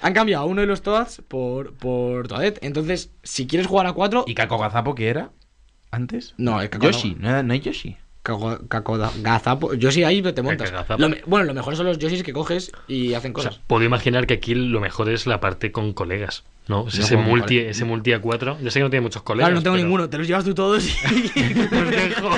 [SPEAKER 2] Han cambiado a uno de los Toads por, por Toadette. Entonces, si quieres jugar a cuatro...
[SPEAKER 3] ¿Y caco gazapo qué era? ¿Antes?
[SPEAKER 2] No, el Caco-
[SPEAKER 3] Yoshi, no, era- no hay Yoshi.
[SPEAKER 2] Cago- Caco da- Gazapo. Yoshi ahí te montas.
[SPEAKER 1] Gazapo.
[SPEAKER 2] Lo me- bueno, lo mejor son los Yoshis que coges y hacen
[SPEAKER 1] O sea,
[SPEAKER 2] cosas.
[SPEAKER 1] puedo imaginar que aquí lo mejor es la parte con colegas. ¿no? Es
[SPEAKER 3] No
[SPEAKER 1] ese,
[SPEAKER 3] juego con
[SPEAKER 1] multi,
[SPEAKER 3] colegas.
[SPEAKER 1] ese multi a 4. Yo sé que no tiene muchos colegas.
[SPEAKER 2] claro, no tengo
[SPEAKER 1] pero-
[SPEAKER 2] ninguno. Te los llevas tú todos y...
[SPEAKER 1] Os dejo.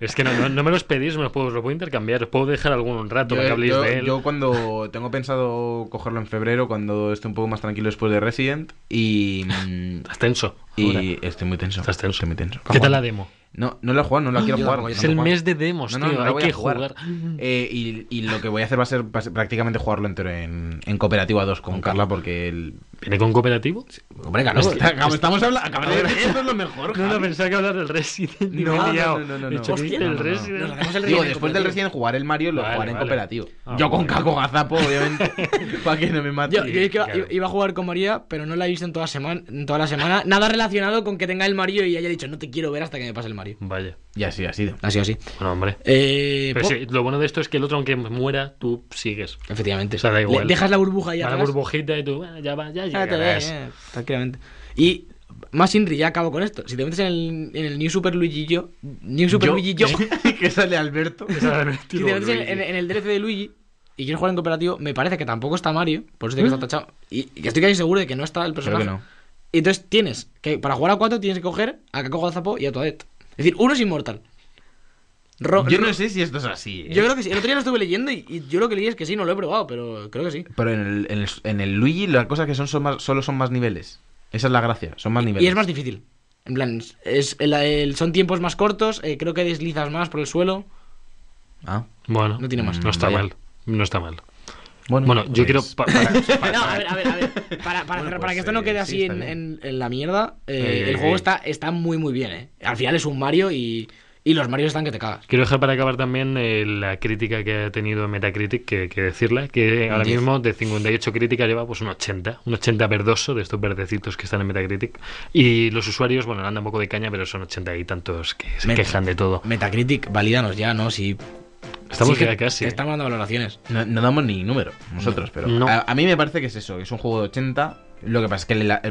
[SPEAKER 1] es que no, no, no me los pedís, me los puedo, os los puedo intercambiar. Os puedo dejar algún rato para que habléis de él.
[SPEAKER 3] yo cuando tengo pensado cogerlo en febrero, cuando esté un poco más tranquilo después de Resident, y, mm,
[SPEAKER 1] Estás tenso. ahora.
[SPEAKER 3] y estoy muy tenso.
[SPEAKER 1] Estás tenso.
[SPEAKER 3] Estoy muy tenso.
[SPEAKER 1] ¿Qué tal la demo?
[SPEAKER 3] No, no la he jugado, no la quiero
[SPEAKER 2] yo
[SPEAKER 3] jugar.
[SPEAKER 2] tampoco, yo
[SPEAKER 3] no
[SPEAKER 1] Es
[SPEAKER 3] la he
[SPEAKER 1] el
[SPEAKER 3] jugado.
[SPEAKER 1] mes de demos,
[SPEAKER 3] No, no,
[SPEAKER 1] tío.
[SPEAKER 3] no la voy
[SPEAKER 1] Hay que
[SPEAKER 3] a jugar.
[SPEAKER 1] jugar.
[SPEAKER 3] Eh, y, y lo que voy a hacer va a ser, va a ser prácticamente jugarlo entero en, en cooperativa 2 con Carla, porque el...
[SPEAKER 1] ¿Viene con cooperativo?
[SPEAKER 3] Hombre,
[SPEAKER 1] claro, está-
[SPEAKER 3] estamos hablando... Esto es lo mejor,
[SPEAKER 1] No, no, pensaba que hablar del Resident.
[SPEAKER 3] No,
[SPEAKER 1] me he
[SPEAKER 3] no,
[SPEAKER 1] liado.
[SPEAKER 3] no, no, no,
[SPEAKER 1] He dicho,
[SPEAKER 3] no.
[SPEAKER 1] ¿viste
[SPEAKER 2] Hostia,
[SPEAKER 1] el
[SPEAKER 2] no, no, no.
[SPEAKER 1] Resident?
[SPEAKER 2] Nos hacemos el
[SPEAKER 3] Digo,
[SPEAKER 2] Resident
[SPEAKER 3] después del
[SPEAKER 2] cooperativo.
[SPEAKER 3] recién jugar el Mario, lo
[SPEAKER 1] Vale,
[SPEAKER 3] jugaré en
[SPEAKER 1] vale.
[SPEAKER 3] cooperativo.
[SPEAKER 1] Ah,
[SPEAKER 3] yo con
[SPEAKER 1] vale.
[SPEAKER 3] Caco Gazapo, obviamente, para que no me mate.
[SPEAKER 2] Yo, yo es que iba,
[SPEAKER 1] claro.
[SPEAKER 2] iba a jugar con María, pero no la he visto en toda, semana, en toda la semana. Nada relacionado con que tenga el Mario y haya dicho, no te quiero ver hasta que me pase el Mario.
[SPEAKER 1] Vaya.
[SPEAKER 3] Y así ha sido.
[SPEAKER 2] Así o así.
[SPEAKER 1] Bueno, hombre.
[SPEAKER 2] Eh,
[SPEAKER 1] Pero
[SPEAKER 2] po-
[SPEAKER 1] sí, lo bueno de esto es que el otro, aunque muera, tú sigues.
[SPEAKER 2] Efectivamente.
[SPEAKER 1] O sea, da
[SPEAKER 2] Le-
[SPEAKER 1] igual.
[SPEAKER 2] dejas la burbuja ahí
[SPEAKER 1] Va la
[SPEAKER 2] atrás.
[SPEAKER 1] burbujita y tú, bueno, ya va, ya
[SPEAKER 2] Ah, te
[SPEAKER 1] llegarás.
[SPEAKER 2] ve, eh, tranquilamente. Y más Inri, ya acabo con esto. Si te metes en el, en el New Super Luigi yo, New Super
[SPEAKER 3] Yo-
[SPEAKER 2] Luigi yo, si
[SPEAKER 3] que sale Alberto.
[SPEAKER 2] te metes en, en- en el DLC de Luigi y quieres jugar en cooperativo, me parece que tampoco está Mario, por eso digo que está tachado. Y, y estoy casi seguro de que no está el
[SPEAKER 3] Creo
[SPEAKER 2] personaje.
[SPEAKER 3] que no.
[SPEAKER 2] Y entonces tienes que, para jugar a cuatro, tienes que coger a Kako Gazapo y a Toadette. Es decir, uno es inmortal. Ro-
[SPEAKER 3] Yo
[SPEAKER 2] ro-
[SPEAKER 3] no sé si esto es así. ¿eh?
[SPEAKER 2] Yo creo que sí. El otro día lo estuve leyendo y, y yo lo que leí es que sí, no lo he probado, pero creo que sí.
[SPEAKER 3] Pero en el, en el- en el Luigi las cosas que son, son más, solo son más niveles. Esa es la gracia, son más niveles.
[SPEAKER 2] Y es más difícil. En plan, es, el- el- son tiempos más cortos, eh, creo que deslizas más por el suelo.
[SPEAKER 3] Ah,
[SPEAKER 1] Bueno,
[SPEAKER 2] No tiene más.
[SPEAKER 1] No está
[SPEAKER 3] Vaya.
[SPEAKER 1] mal. No está mal.
[SPEAKER 3] bueno,
[SPEAKER 1] Bueno, yo
[SPEAKER 3] pues-
[SPEAKER 1] quiero. pa- para-
[SPEAKER 2] No, a ver, a ver, a ver. Para, para cerrar, para
[SPEAKER 3] pues,
[SPEAKER 2] que esto no
[SPEAKER 3] eh,
[SPEAKER 2] quede así
[SPEAKER 3] sí, está
[SPEAKER 2] en,
[SPEAKER 3] bien.
[SPEAKER 2] en- en la mierda, eh,
[SPEAKER 1] Eh,
[SPEAKER 2] el juego
[SPEAKER 1] eh.
[SPEAKER 2] está, está muy, muy bien, ¿eh? Al final es un Mario y, y los Marios están que te cagas.
[SPEAKER 1] Quiero dejar para acabar también eh, la crítica que ha tenido Metacritic, que, que decirla, que ahora
[SPEAKER 2] Diez.
[SPEAKER 1] mismo de 58 críticas lleva pues un 80, un 80 verdoso de estos verdecitos que están en Metacritic. Y los usuarios, bueno, le andan un poco de caña, pero son 80 y tantos que se
[SPEAKER 2] Meta-
[SPEAKER 1] quejan de todo.
[SPEAKER 2] Metacritic, valídanos ya, ¿no? Si,
[SPEAKER 1] Estamos
[SPEAKER 2] sí que
[SPEAKER 1] ya casi. eh.
[SPEAKER 2] Te están mandando valoraciones.
[SPEAKER 3] No, no damos ni número nosotros, pero
[SPEAKER 1] No.
[SPEAKER 3] a, a mí me parece que es eso, que es un juego de 80. Lo que pasa es que le, la-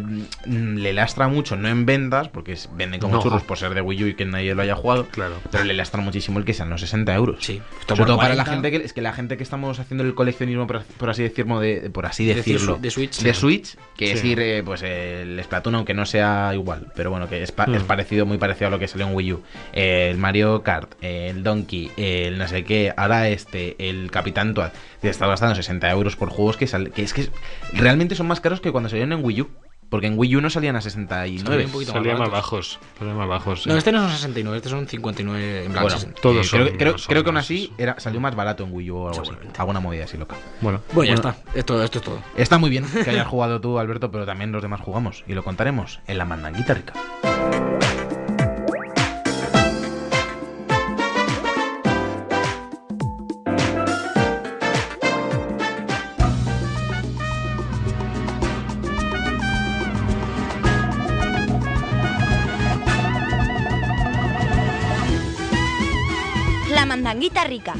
[SPEAKER 3] mm, le lastra mucho, no en ventas, porque es- venden como
[SPEAKER 1] No.
[SPEAKER 3] churros por ser de Wii U y que nadie lo haya jugado.
[SPEAKER 1] Claro.
[SPEAKER 3] Pero le lastra muchísimo el que sean los 60 euros.
[SPEAKER 2] Sí.
[SPEAKER 3] Sobre todo para la
[SPEAKER 2] 40.
[SPEAKER 3] gente que es que la gente que estamos haciendo el coleccionismo por, por así decirlo de por así
[SPEAKER 2] Decir
[SPEAKER 3] decirlo
[SPEAKER 2] su- de Switch.
[SPEAKER 3] de
[SPEAKER 2] Sí.
[SPEAKER 3] Switch, que
[SPEAKER 1] Sí.
[SPEAKER 3] es ir eh, pues el Splatoon aunque no sea igual pero bueno que es, pa-
[SPEAKER 1] Mm.
[SPEAKER 3] es parecido muy parecido a lo que salió en Wii U Eh, el Mario Kart eh, el Donkey eh, el no sé qué ahora este el Capitán Toad te estás gastando 60 euros por juegos que sal- que es que es- realmente son más caros que cuando salieron en Wii U porque en Wii U no salían a 69
[SPEAKER 2] Salían un poquito más
[SPEAKER 1] Salía más
[SPEAKER 2] baratos.
[SPEAKER 1] bajos. Salía más bajos. sí.
[SPEAKER 2] No, este no son 69, este son 59. En plan,
[SPEAKER 3] bueno,
[SPEAKER 2] 60.
[SPEAKER 1] todos
[SPEAKER 3] eh,
[SPEAKER 1] son-
[SPEAKER 3] creo, que- creo-
[SPEAKER 1] son
[SPEAKER 3] creo que aún
[SPEAKER 1] más
[SPEAKER 3] así
[SPEAKER 1] esos.
[SPEAKER 3] era, salió más barato en Wii U o algo así. Alguna movida así loca.
[SPEAKER 1] Bueno.
[SPEAKER 2] Bueno, ya está. Esto, esto es todo.
[SPEAKER 3] Está muy bien que hayas jugado tú, Alberto, pero también los demás jugamos. Y lo contaremos en la mandanguita rica.
[SPEAKER 4] La mandanguita rica.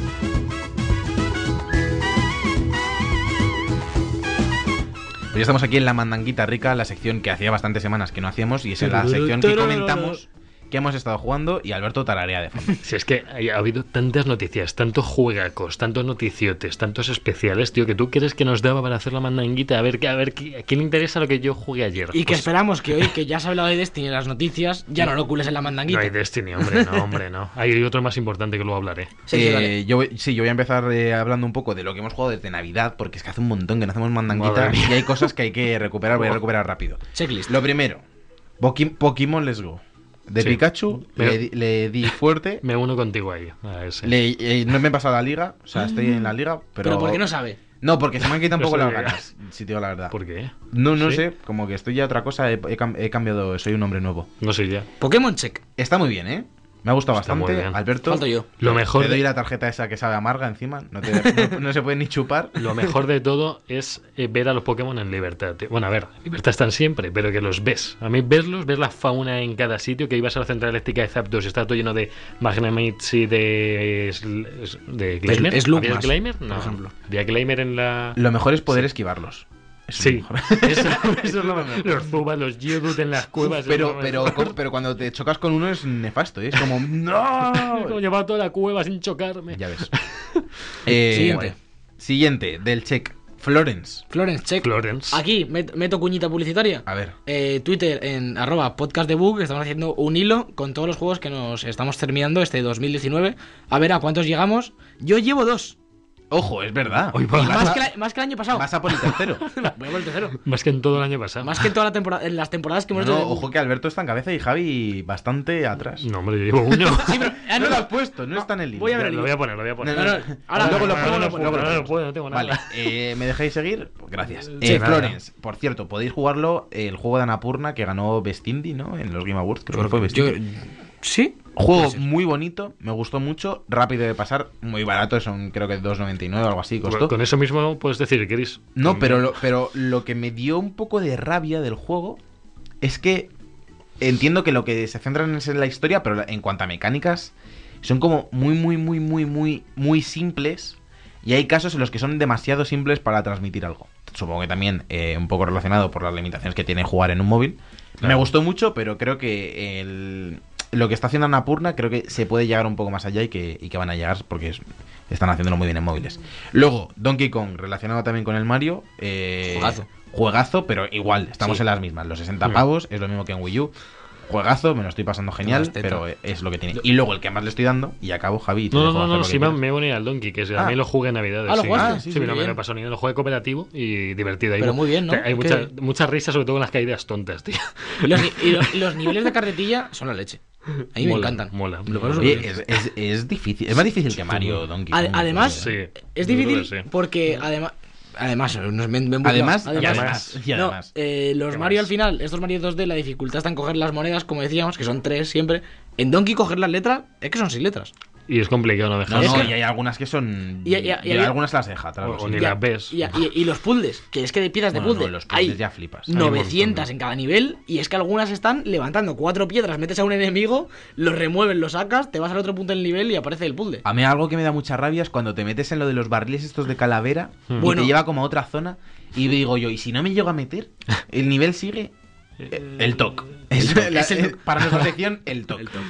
[SPEAKER 3] Pues ya estamos aquí en la mandanguita rica, la sección que hacía bastantes semanas que no hacíamos, y es la sección que comentamos. que hemos estado jugando y Alberto tararea de fondo.
[SPEAKER 1] Si es que ha habido tantas noticias, tantos juegacos, tantos noticiotes, tantos especiales, tío, que tú crees que nos daba para hacer la mandanguita. A ver, qué- a ver, qué- ¿a quién le interesa lo que yo jugué ayer?
[SPEAKER 2] Y que
[SPEAKER 1] Pues,
[SPEAKER 2] esperamos que hoy, que ya se ha hablado de Destiny en las noticias, ya no lo cules en la
[SPEAKER 1] No
[SPEAKER 2] mandanguita.
[SPEAKER 1] hay Destiny, hombre, no, hombre, no. Hay otro más importante que luego hablaré.
[SPEAKER 2] Sergio,
[SPEAKER 3] Eh,
[SPEAKER 2] dale.
[SPEAKER 3] yo, voy- sí, yo voy a empezar eh, hablando un poco de lo que hemos jugado desde Navidad, porque es que hace un montón que no hacemos mandanguita
[SPEAKER 1] Madre mía. Oh.
[SPEAKER 3] y hay cosas que hay que recuperar, voy a recuperar rápido.
[SPEAKER 2] Checklist.
[SPEAKER 3] Lo primero, Poki- Pokémon Let's Go. De
[SPEAKER 1] Sí.
[SPEAKER 3] Pikachu
[SPEAKER 1] Pero-
[SPEAKER 3] le, di- le di fuerte,
[SPEAKER 1] Me uno contigo ahí. a ese.
[SPEAKER 3] le- eh, no me he pasado la liga, o sea, estoy en la liga, pero...
[SPEAKER 2] pero, ¿por qué no sabe?
[SPEAKER 3] No, porque se me han quitado un
[SPEAKER 1] No
[SPEAKER 3] poco
[SPEAKER 1] se
[SPEAKER 3] las
[SPEAKER 1] llega.
[SPEAKER 3] ganas, si te digo la verdad.
[SPEAKER 1] ¿Por qué?
[SPEAKER 3] No, no
[SPEAKER 1] ¿Sí?
[SPEAKER 3] sé, como que estoy ya otra cosa, he, he cam- he cambiado, soy un hombre nuevo.
[SPEAKER 1] No sé ya.
[SPEAKER 2] Pokémon check.
[SPEAKER 3] Está muy bien, ¿eh? Me ha gustado
[SPEAKER 1] Está muy
[SPEAKER 3] bastante,
[SPEAKER 1] bien.
[SPEAKER 3] Alberto.
[SPEAKER 2] Falto yo.
[SPEAKER 1] Lo mejor
[SPEAKER 3] Te doy
[SPEAKER 1] de-
[SPEAKER 3] la tarjeta esa que sabe amarga encima, no, te- no- no se puede ni chupar.
[SPEAKER 1] Lo mejor de todo es eh, ver a los Pokémon en libertad. tío. Bueno, a ver, en libertad están siempre, pero que los ves. A mí verlos, ver la fauna en cada sitio, que ibas a la central eléctrica de Zapdos y está todo lleno de Magnemites y de... es- de Gleimer.
[SPEAKER 2] es Lugmas,
[SPEAKER 1] ¿Había Gleimer? No.
[SPEAKER 2] por ejemplo.
[SPEAKER 1] ¿Había Gleimer en la...?
[SPEAKER 3] Lo mejor es poder esquivarlos. Eso es lo
[SPEAKER 1] Sí,
[SPEAKER 3] mejor.
[SPEAKER 1] eso, eso es lo mejor. Los Zubas, los Geodude en las cuevas.
[SPEAKER 3] Pero, pero, co- pero cuando te chocas con uno es nefasto, ¿eh? es como
[SPEAKER 1] Como
[SPEAKER 3] ¡No!
[SPEAKER 1] llevaba toda la cueva sin chocarme.
[SPEAKER 3] ya ves. Eh,
[SPEAKER 2] Siguiente.
[SPEAKER 3] guay. Siguiente, del check. Florence.
[SPEAKER 2] Florence check.
[SPEAKER 1] Florence.
[SPEAKER 2] Aquí met- meto cuñita publicitaria.
[SPEAKER 3] A ver.
[SPEAKER 2] Eh, Twitter en arroba podcastdebug estamos haciendo un hilo con todos los juegos que nos estamos terminando este 2019. A ver a cuántos llegamos. Yo llevo dos.
[SPEAKER 3] Ojo, es verdad.
[SPEAKER 1] Hoy
[SPEAKER 2] Y
[SPEAKER 1] va.
[SPEAKER 2] más, que la- más que el año pasado.
[SPEAKER 3] Vas a por el tercero.
[SPEAKER 2] Voy por el tercero.
[SPEAKER 1] Más que en todo el año pasado.
[SPEAKER 2] Más que en toda la temporada, en las temporadas que
[SPEAKER 3] No,
[SPEAKER 2] hemos
[SPEAKER 3] no,
[SPEAKER 2] hecho de-
[SPEAKER 3] ojo que Alberto está en cabeza y Javi bastante atrás.
[SPEAKER 1] No, hombre, yo llevo uno.
[SPEAKER 2] Sí, pero- ah, no,
[SPEAKER 3] no lo
[SPEAKER 2] no.
[SPEAKER 3] has puesto, no, está en el link.
[SPEAKER 2] voy a ver el
[SPEAKER 1] lo voy a poner, lo voy a poner.
[SPEAKER 3] No, no, no.
[SPEAKER 2] Ahora,
[SPEAKER 3] Luego lo
[SPEAKER 2] ahora,
[SPEAKER 3] ponemos,
[SPEAKER 2] ahora,
[SPEAKER 3] luego lo
[SPEAKER 1] ahora,
[SPEAKER 3] ponemos.
[SPEAKER 1] no puedo, no tengo nada.
[SPEAKER 3] Vale, eh, ¿me dejáis seguir? Gracias.
[SPEAKER 1] Sí,
[SPEAKER 3] Eh,
[SPEAKER 1] nada.
[SPEAKER 3] Florence, por cierto, podéis jugarlo eh, el juego de Anapurna que ganó Best Indie, ¿no? En los Game Awards, creo que fue Best
[SPEAKER 2] Yo-
[SPEAKER 3] Indie.
[SPEAKER 2] ¿Sí?
[SPEAKER 3] Juego muy bonito, me gustó mucho, rápido de pasar, muy barato, son creo que 2.99 o algo así costó.
[SPEAKER 1] Con eso mismo puedes decir, Chris.
[SPEAKER 3] No,
[SPEAKER 1] también.
[SPEAKER 3] pero lo, pero lo que me dio un poco de rabia del juego es que entiendo que lo que se centran es en la historia, pero en cuanto a mecánicas, son como muy, muy, muy, muy, muy, muy simples. Y hay casos en los que son demasiado simples para transmitir algo. Supongo que también eh, un poco relacionado por las limitaciones que tiene jugar en un móvil. Me
[SPEAKER 1] Claro.
[SPEAKER 3] gustó mucho, pero creo que el- lo que está haciendo Anapurna creo que se puede llegar un poco más allá y que, y que van a llegar porque es- están haciéndolo muy bien en móviles. Luego, Donkey Kong, relacionado también con el Mario. eh,
[SPEAKER 2] Juegazo.
[SPEAKER 3] Juegazo, pero igual, estamos
[SPEAKER 2] Sí.
[SPEAKER 3] en las mismas. Los 60
[SPEAKER 1] Mm.
[SPEAKER 3] pavos, es lo mismo que en Wii U. Juegazo, me lo estoy pasando genial,
[SPEAKER 2] Las tetas.
[SPEAKER 3] pero es lo que tiene. Y luego el que más le estoy dando, y acabo, Javi. te
[SPEAKER 1] No,
[SPEAKER 3] dejo
[SPEAKER 1] no, no,
[SPEAKER 3] hacer
[SPEAKER 1] no,
[SPEAKER 3] lo que
[SPEAKER 1] si me,
[SPEAKER 3] quieras.
[SPEAKER 1] me voy a ir al Donkey, que
[SPEAKER 3] Ah.
[SPEAKER 1] a mí lo jugué en Navidad.
[SPEAKER 2] Ah, lo
[SPEAKER 1] sí.
[SPEAKER 2] jugaste.
[SPEAKER 3] Ah, sí,
[SPEAKER 1] Sí,
[SPEAKER 3] sí,
[SPEAKER 1] pero no me
[SPEAKER 2] bien.
[SPEAKER 1] lo pasó ni nada, lo jugué cooperativo y divertido. Hay
[SPEAKER 2] Pero
[SPEAKER 1] mu-
[SPEAKER 2] muy bien, ¿no?
[SPEAKER 1] Hay
[SPEAKER 2] Que-
[SPEAKER 1] mucha, mucha risa, sobre todo con las caídas tontas, tío.
[SPEAKER 2] Y los, ni- y los- y los niveles de carretilla son la leche. A mí me
[SPEAKER 1] Mola,
[SPEAKER 2] encantan.
[SPEAKER 1] mola.
[SPEAKER 2] Lo cual es
[SPEAKER 3] Oye,
[SPEAKER 2] horrible.
[SPEAKER 3] es, es- es difícil. Es más difícil que Mario, Donkey Kong.
[SPEAKER 2] Ad- además,
[SPEAKER 1] Sí,
[SPEAKER 2] es
[SPEAKER 1] yo creo que
[SPEAKER 2] difícil
[SPEAKER 1] sí.
[SPEAKER 2] porque además... Además, nos ven- ven
[SPEAKER 3] Además,
[SPEAKER 2] burlados.
[SPEAKER 3] y
[SPEAKER 1] además.
[SPEAKER 3] además. Y
[SPEAKER 2] No,
[SPEAKER 3] además.
[SPEAKER 2] eh, los
[SPEAKER 1] ¿Qué
[SPEAKER 2] Mario
[SPEAKER 1] más?
[SPEAKER 2] al final, estos Mario 2D, la dificultad está en coger las monedas, como decíamos, que son tres siempre. En Donkey coger las letras, es que son seis letras.
[SPEAKER 1] Y es complicado no
[SPEAKER 3] No,
[SPEAKER 1] dejar.
[SPEAKER 3] no,
[SPEAKER 2] es que-
[SPEAKER 3] y hay algunas que son.
[SPEAKER 2] Y- y- y-
[SPEAKER 3] yo algunas las deja atrás.
[SPEAKER 1] O-
[SPEAKER 3] sí.
[SPEAKER 1] o ni
[SPEAKER 2] Y
[SPEAKER 1] las
[SPEAKER 2] a-
[SPEAKER 1] ves.
[SPEAKER 2] Y, a- y- y los puzzles, que es que de piedras de
[SPEAKER 3] Bueno, no,
[SPEAKER 2] puzzle.
[SPEAKER 3] los puzzles
[SPEAKER 2] hay
[SPEAKER 3] ya flipas.
[SPEAKER 1] Hay un montón,
[SPEAKER 2] 900
[SPEAKER 1] ¿no?
[SPEAKER 2] en cada nivel, y es que algunas están levantando cuatro piedras, metes a un enemigo, lo remueves, lo sacas, te vas al otro punto del nivel y aparece el puzzle.
[SPEAKER 3] A mí algo que me da mucha rabia es cuando te metes en lo de los barriles estos de calavera y
[SPEAKER 2] Bueno.
[SPEAKER 3] te lleva como a otra zona y digo yo, ¿y si no me llego a meter? ¿El nivel sigue? Eh, El TOC. Es la-
[SPEAKER 2] es el
[SPEAKER 3] eh,
[SPEAKER 2] toc.
[SPEAKER 3] para nuestra sección, el TOC.
[SPEAKER 2] El toc.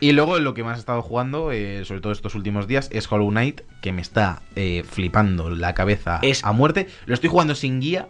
[SPEAKER 3] Y luego lo que más he estado jugando, eh, sobre todo estos últimos días, es Hollow Knight, que me está eh, flipando la cabeza
[SPEAKER 2] Es-
[SPEAKER 3] a muerte. Lo estoy jugando sin guía.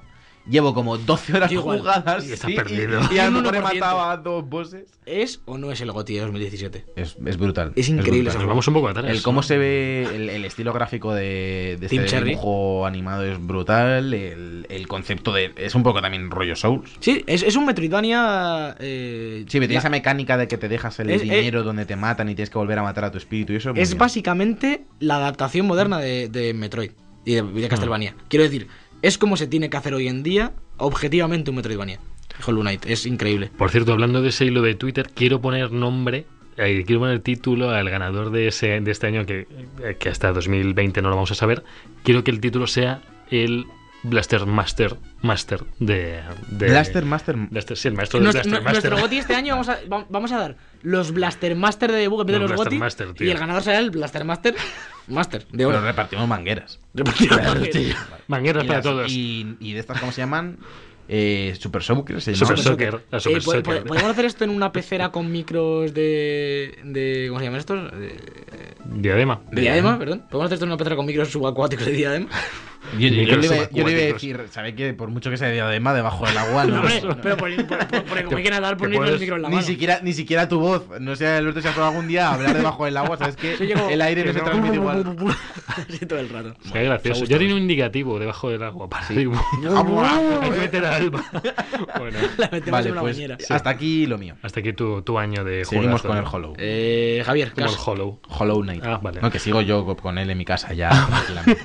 [SPEAKER 3] Llevo como 12 horas
[SPEAKER 2] Yo igual.
[SPEAKER 3] jugadas.
[SPEAKER 1] Y estás
[SPEAKER 3] sí,
[SPEAKER 1] perdido.
[SPEAKER 3] Y, y a lo
[SPEAKER 2] Un
[SPEAKER 3] mejor he
[SPEAKER 2] 1%.
[SPEAKER 3] matado a dos bosses.
[SPEAKER 2] ¿Es o no es el GOTY de 2017?
[SPEAKER 3] Es, es brutal.
[SPEAKER 2] Es increíble
[SPEAKER 3] brutal.
[SPEAKER 1] Nos vamos un poco atrás.
[SPEAKER 3] El cómo se ve, el, el estilo gráfico de, de
[SPEAKER 2] Tim
[SPEAKER 3] este
[SPEAKER 2] Cherry.
[SPEAKER 3] dibujo animado es brutal. El, el concepto de. Es un poco también rollo Souls.
[SPEAKER 2] Sí, es, es un Metroidvania. eh,
[SPEAKER 3] Sí, pero tiene
[SPEAKER 2] la-
[SPEAKER 3] esa mecánica de que te dejas el
[SPEAKER 2] Es- es-
[SPEAKER 3] dinero donde te matan y tienes que volver a matar a tu espíritu y eso. muy
[SPEAKER 2] es
[SPEAKER 3] bien.
[SPEAKER 2] básicamente la adaptación moderna de, de Metroid y de, de Castlevania.
[SPEAKER 1] Ah.
[SPEAKER 2] Quiero decir, es como se tiene que hacer hoy en día, objetivamente, un Metroidvania. Hollow Knight, es increíble.
[SPEAKER 1] Por cierto, hablando de ese hilo de Twitter, quiero poner nombre, eh, quiero poner título al ganador de, ese, de este año, que, eh, que hasta 2020 no lo vamos a saber. Quiero que el título sea el Blaster Master Master de. de
[SPEAKER 3] Blaster Master.
[SPEAKER 1] Blaster- sí, el maestro de
[SPEAKER 2] Nuestro,
[SPEAKER 1] Blaster
[SPEAKER 2] nu-
[SPEAKER 1] Master.
[SPEAKER 2] nuestro GOTY este año vamos a, va- vamos a dar los Blaster Master de Debug en vez de
[SPEAKER 1] Los
[SPEAKER 2] los,
[SPEAKER 1] Blaster
[SPEAKER 2] GOTY,
[SPEAKER 1] Master, tío.
[SPEAKER 2] y el ganador será el Blaster Master Master de
[SPEAKER 3] Pero
[SPEAKER 2] oro.
[SPEAKER 3] repartimos mangueras.
[SPEAKER 2] Repartido.
[SPEAKER 1] Mangueras
[SPEAKER 3] Y
[SPEAKER 1] para
[SPEAKER 3] las-
[SPEAKER 1] todos.
[SPEAKER 3] Y, y de estas, ¿cómo se llaman? eh, Super Soccer. Se llamaba.
[SPEAKER 1] Super Soccer. La Super
[SPEAKER 2] Eh, po- po-
[SPEAKER 1] Soccer.
[SPEAKER 2] ¿Podemos hacer esto en una pecera con micros de. de ¿Cómo se llaman estos? De,
[SPEAKER 1] Diadema.
[SPEAKER 2] de diadema, perdón. ¿Podemos hacer esto en una pecera con micros subacuáticos de diadema?
[SPEAKER 3] Yo, yo- yo le iba,
[SPEAKER 1] Microsoft
[SPEAKER 3] yo le iba a
[SPEAKER 1] Aquáticos.
[SPEAKER 3] decir, ¿sabéis que por mucho que sea diadema debajo del agua, no,
[SPEAKER 1] Hombre,
[SPEAKER 3] no-
[SPEAKER 2] pero por, como hay que nadar,
[SPEAKER 1] por pones- el micro
[SPEAKER 2] en
[SPEAKER 3] ni siquiera ni siquiera tu voz. No sé, Alberto, si has probado algún día hablar debajo del agua, ¿sabes que
[SPEAKER 2] Soy yo como-
[SPEAKER 3] El aire no se transmite igual.
[SPEAKER 2] Así todo el rato.
[SPEAKER 1] Qué gracioso. Ya tiene un indicativo debajo del agua para
[SPEAKER 3] Ah,
[SPEAKER 1] Hay que meter a Alba. Bueno,
[SPEAKER 2] La metemos
[SPEAKER 3] Vale,
[SPEAKER 2] en una
[SPEAKER 3] pues
[SPEAKER 2] bañera.
[SPEAKER 3] hasta aquí lo mío.
[SPEAKER 1] hasta aquí tu, tu año de
[SPEAKER 3] Seguimos
[SPEAKER 1] juegazo,
[SPEAKER 3] con el
[SPEAKER 1] ¿no?
[SPEAKER 3] Hollow.
[SPEAKER 2] Eh, Javier,
[SPEAKER 1] Como el
[SPEAKER 2] Cas,
[SPEAKER 1] Hollow.
[SPEAKER 3] Hollow Knight.
[SPEAKER 1] Ah, vale.
[SPEAKER 3] No, que sigo yo co- con él en mi casa ya. tranquilamente.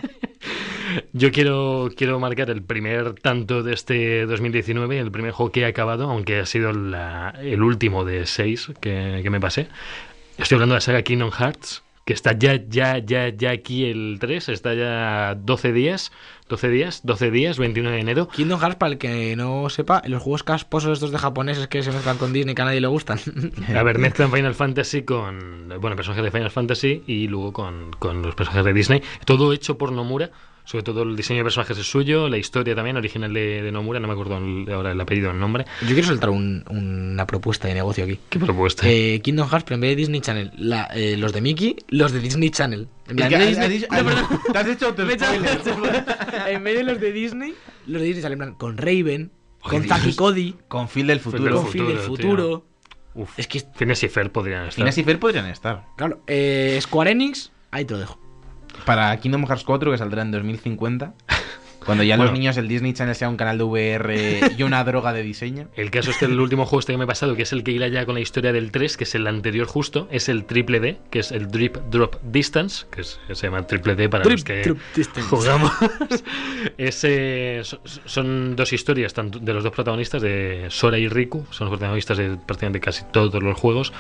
[SPEAKER 1] Yo quiero, quiero marcar el primer tanto de este 2019, el primer juego que he acabado, aunque ha sido la- el último de seis que, que me pasé. Estoy hablando de la saga Kingdom Hearts, que está ya, ya, ya, ya aquí el 3, está ya 12 días, 12 días, 12 días, 21 de enero.
[SPEAKER 2] Kingdom Hearts, para el que no sepa, los juegos casposos estos de japoneses que se mezclan con Disney que a nadie le gustan.
[SPEAKER 1] A ver, mezclan Final Fantasy con, bueno, personajes de Final Fantasy y luego con, con los personajes de Disney. Todo hecho por Nomura, sobre todo el diseño de personajes es suyo, la historia también, original de, de Nomura, no me acuerdo el- ahora el apellido, el nombre.
[SPEAKER 2] Yo quiero soltar un- una propuesta de negocio aquí.
[SPEAKER 1] ¿Qué propuesta?
[SPEAKER 2] Eh, Kingdom Hearts, pero en vez de Disney Channel, la- eh, los de Mickey, los de Disney Channel. En
[SPEAKER 3] Es
[SPEAKER 2] plan,
[SPEAKER 3] que
[SPEAKER 2] no
[SPEAKER 3] has-
[SPEAKER 2] Disney-
[SPEAKER 3] has dicho-
[SPEAKER 2] no, perdón.
[SPEAKER 3] Te has hecho
[SPEAKER 2] Me he
[SPEAKER 3] otro
[SPEAKER 2] echado-
[SPEAKER 3] spoiler.
[SPEAKER 2] en vez de los de Disney, los de Disney Channel, en plan, con Raven,
[SPEAKER 1] Ay,
[SPEAKER 2] con
[SPEAKER 1] Dios.
[SPEAKER 2] Zack y Cody,
[SPEAKER 3] Con Phil del futuro.
[SPEAKER 1] Pero
[SPEAKER 2] con
[SPEAKER 1] futuro,
[SPEAKER 2] Phil del
[SPEAKER 1] tío.
[SPEAKER 2] futuro.
[SPEAKER 1] Uf,
[SPEAKER 2] Es que,
[SPEAKER 1] Phineas y Fer podrían estar.
[SPEAKER 3] Inés y Fer podrían estar.
[SPEAKER 2] claro, eh, Square Enix, ahí te lo dejo.
[SPEAKER 3] Para Kingdom Hearts 4, que saldrá en 2050. Cuando ya
[SPEAKER 1] Bueno.
[SPEAKER 3] los niños el Disney Channel sea un canal de VR y una droga de diseño.
[SPEAKER 1] El caso es que el último juego este que me he pasado, que es el que hila ya con la historia del 3, que es el anterior justo, es el triple D, que es el Drip Drop Distance, que es- se llama triple D para los
[SPEAKER 2] Trip,
[SPEAKER 1] que
[SPEAKER 2] trip, distance.
[SPEAKER 1] jugamos. Es, eh, so- son dos historias tanto de los dos protagonistas, de Sora y Riku, son los protagonistas de prácticamente casi todos los juegos,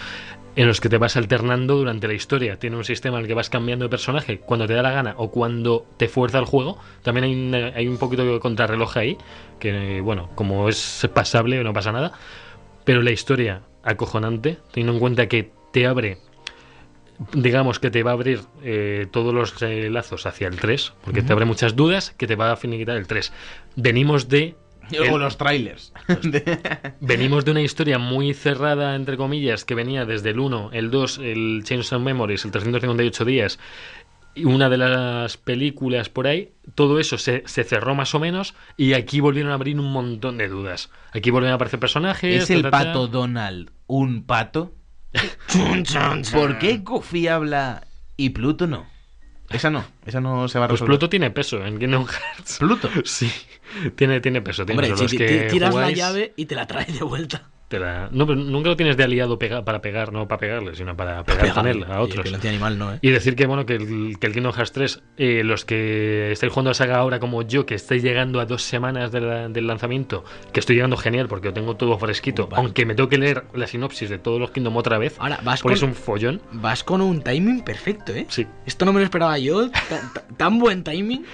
[SPEAKER 1] en los que te vas alternando durante la historia. Tiene un sistema en el que vas cambiando de personaje cuando te da la gana o cuando te fuerza el juego. También hay un, hay un poquito de contrarreloj ahí, que bueno, como es pasable no pasa nada. Pero la historia, acojonante, teniendo en cuenta que te abre digamos que te va a abrir eh, todos los eh, lazos hacia el 3, porque te abre muchas dudas que te va a finiquitar el 3. Venimos de
[SPEAKER 3] O
[SPEAKER 1] el-
[SPEAKER 3] los trailers.
[SPEAKER 1] venimos de una historia muy cerrada entre comillas que venía desde el 1, el 2, el Chains of Memories, el 358 días y una de las películas por ahí, todo eso se, se cerró más o menos y aquí volvieron a abrir un montón de dudas. Aquí volvieron a aparecer personajes.
[SPEAKER 3] ¿Es el
[SPEAKER 1] ta, ta, ta.
[SPEAKER 3] pato Donald un pato? ¿Por qué Goofy habla y Pluto no? Esa no, esa no se va a
[SPEAKER 1] Pues
[SPEAKER 3] resolver.
[SPEAKER 1] Pluto tiene peso en Kingdom Hearts.
[SPEAKER 3] Pluto.
[SPEAKER 1] Sí, tiene, tiene peso. Tiene
[SPEAKER 2] Hombre,
[SPEAKER 1] peso.
[SPEAKER 2] si
[SPEAKER 1] Los
[SPEAKER 2] ti-
[SPEAKER 1] que
[SPEAKER 2] ti- tiras
[SPEAKER 1] jugáis-
[SPEAKER 2] la llave y te la traes de vuelta.
[SPEAKER 1] Te la- No, pero nunca lo tienes de aliado pega- para pegar, no para pegarle, sino para pegar con él a
[SPEAKER 2] Y
[SPEAKER 1] otros.
[SPEAKER 2] Violencia animal no, eh.
[SPEAKER 1] Y decir que bueno que el, que el Kingdom Hearts 3, eh, los que estáis jugando a saga ahora como yo, que estáis llegando a dos semanas de la- del lanzamiento, que estoy llegando genial porque lo tengo todo fresquito,
[SPEAKER 2] Vale.
[SPEAKER 1] aunque me toque leer la sinopsis de todos los Kingdom otra vez,
[SPEAKER 2] Ahora, vas
[SPEAKER 1] porque
[SPEAKER 2] con,
[SPEAKER 1] es un follón.
[SPEAKER 2] vas con un timing perfecto, eh.
[SPEAKER 1] Sí.
[SPEAKER 2] Esto no me lo esperaba yo. ta- ta- tan buen timiming.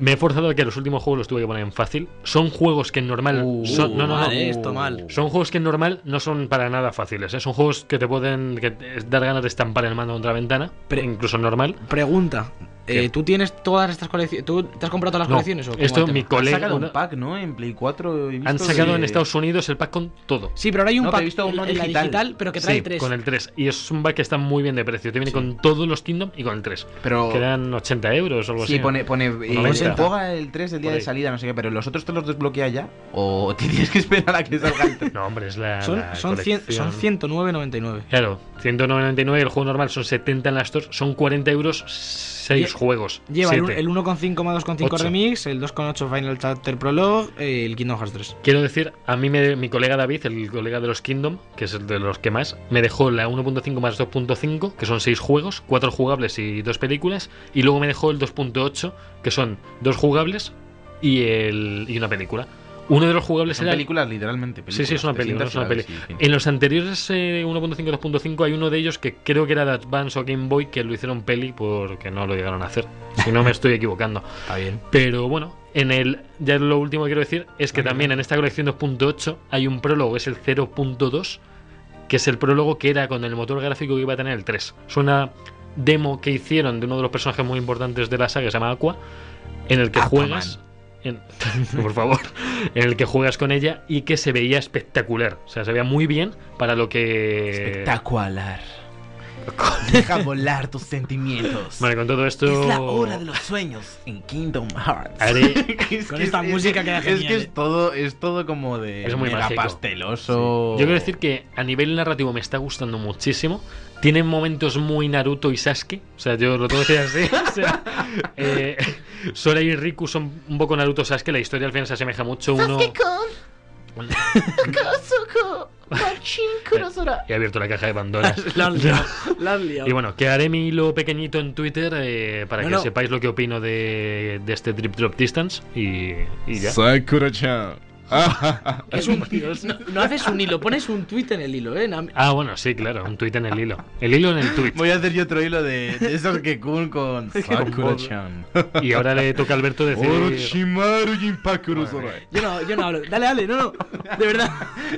[SPEAKER 1] Me he forzado a que los últimos juegos los tuve que poner en fácil. Son juegos que en normal
[SPEAKER 2] Uh,
[SPEAKER 1] son, no, no, no.
[SPEAKER 2] vale, esto mal.
[SPEAKER 1] Son juegos que en normal no son para nada fáciles. ¿eh? Son juegos que te pueden que te- dar ganas de estampar el mando contra la ventana,
[SPEAKER 2] Pero-
[SPEAKER 1] incluso en normal.
[SPEAKER 2] Pregunta.
[SPEAKER 1] ¿Qué?
[SPEAKER 2] eh, ¿Tú tienes todas estas colecciones? ¿Tú te has comprado todas las
[SPEAKER 1] No,
[SPEAKER 2] colecciones? O cómo va
[SPEAKER 1] esto
[SPEAKER 2] el
[SPEAKER 1] mi
[SPEAKER 2] tema?
[SPEAKER 3] Han
[SPEAKER 1] colega
[SPEAKER 3] sacado un pack, ¿no? En Play 4. he visto
[SPEAKER 1] han sacado
[SPEAKER 3] de-
[SPEAKER 1] en Estados Unidos el pack con todo.
[SPEAKER 2] Sí, pero ahora hay un
[SPEAKER 3] No, pero
[SPEAKER 2] pack
[SPEAKER 3] he visto
[SPEAKER 2] en-
[SPEAKER 3] uno
[SPEAKER 2] en la
[SPEAKER 3] digital.
[SPEAKER 2] pero que trae
[SPEAKER 1] Sí,
[SPEAKER 2] tres.
[SPEAKER 1] con el 3. Y es un pack que está muy bien de precio. Te viene con todos los Kingdom y con el 3.
[SPEAKER 2] Oh.
[SPEAKER 3] Pero
[SPEAKER 1] Quedan 80 euros o algo
[SPEAKER 3] Sí,
[SPEAKER 1] así.
[SPEAKER 3] pone, pone eh,
[SPEAKER 1] 90.
[SPEAKER 3] se juega el 3 el día
[SPEAKER 1] Por
[SPEAKER 3] de
[SPEAKER 1] ahí.
[SPEAKER 3] salida, no sé qué, pero los otros te los desbloquea ya o te tienes que esperar a que salga el 3.
[SPEAKER 1] No, hombre, es la.
[SPEAKER 2] Son,
[SPEAKER 1] la
[SPEAKER 2] son, cien- son
[SPEAKER 1] colección.
[SPEAKER 2] 109,99.
[SPEAKER 1] Claro, 199 el juego normal son 70 en la Store, son 40 euros 6
[SPEAKER 2] Lle-
[SPEAKER 1] juegos.
[SPEAKER 2] Lleva el,
[SPEAKER 1] siete.
[SPEAKER 2] el 1,5 más 2,5
[SPEAKER 1] Ocho.
[SPEAKER 2] Remix, el 2,8 Final Chapter Prologue, eh, el Kingdom Hearts 3.
[SPEAKER 1] Quiero decir, a mí me- mi colega David, el colega de los Kingdom, que es el de los que más, me dejó la 1.5 más 2.5, que son 6 juegos, 4 jugables y 2 películas, y luego me dejó el 2.8, que son 2 jugables y, el, y una película. Uno de los jugables
[SPEAKER 3] Son
[SPEAKER 1] era...
[SPEAKER 3] películas, literalmente.
[SPEAKER 1] Sí, sí, es una
[SPEAKER 3] te
[SPEAKER 1] película.
[SPEAKER 3] sientas
[SPEAKER 1] es una
[SPEAKER 3] y la
[SPEAKER 1] peli.
[SPEAKER 3] ves y fin.
[SPEAKER 1] En los anteriores eh, 1.5 2.5 hay uno de ellos que creo que era de Advance o Game Boy que lo hicieron peli porque no lo llegaron a hacer. Si no me estoy equivocando.
[SPEAKER 2] Está bien.
[SPEAKER 1] Pero bueno, en el ya lo último que quiero decir es que también en esta colección 2.8 hay un prólogo, es el 0.2, que es el prólogo que era con el motor gráfico que iba a tener el 3. Es una demo que hicieron de uno de los personajes muy importantes de la saga que se llama Aqua, en el que
[SPEAKER 3] Aquaman.
[SPEAKER 1] juegas en- por favor, en el que juegas con ella y que se veía espectacular. O sea, se veía muy bien para lo que.
[SPEAKER 3] Espectacular. Deja volar tus sentimientos.
[SPEAKER 1] Vale, con todo esto.
[SPEAKER 3] Es la hora de los sueños en Kingdom Hearts.
[SPEAKER 1] Haré-
[SPEAKER 3] Es
[SPEAKER 2] Con
[SPEAKER 3] que
[SPEAKER 2] esta
[SPEAKER 3] es-
[SPEAKER 2] música queda
[SPEAKER 3] Es
[SPEAKER 2] genial,
[SPEAKER 3] que
[SPEAKER 2] eh.
[SPEAKER 3] es todo, es todo como de
[SPEAKER 1] Es muy
[SPEAKER 3] mega
[SPEAKER 1] mágico.
[SPEAKER 3] pasteloso.
[SPEAKER 1] Yo quiero decir que a nivel narrativo me está gustando muchísimo. Tienen momentos muy Naruto y Sasuke. O sea, yo lo tengo que decir así. O sea, eh, Sora y Riku son un poco Naruto Sasuke. La historia al final se asemeja mucho. Uno. He abierto la caja de Pandora.
[SPEAKER 2] La has liado, la has liado.
[SPEAKER 1] Y bueno, que haré mi hilo pequeñito en Twitter eh, para
[SPEAKER 2] No,
[SPEAKER 1] que
[SPEAKER 2] no.
[SPEAKER 1] sepáis lo que opino de, de este Drip Drop Distance y, y ya.
[SPEAKER 5] Sakura-chan. Ah,
[SPEAKER 2] Es un- no, no haces un hilo, pones un tweet en el hilo, ¿eh? Na-
[SPEAKER 1] Ah, bueno, sí, claro, un tuit en el hilo. El hilo en el tuit.
[SPEAKER 3] Voy a hacer yo otro hilo de, de esos que cool con Sakura-chan.
[SPEAKER 1] Y ahora le toca a Alberto decir...
[SPEAKER 5] Orochimaru Jinpakuro Sorai.
[SPEAKER 2] Yo no, yo no hablo. Dale, dale, no, no. De verdad.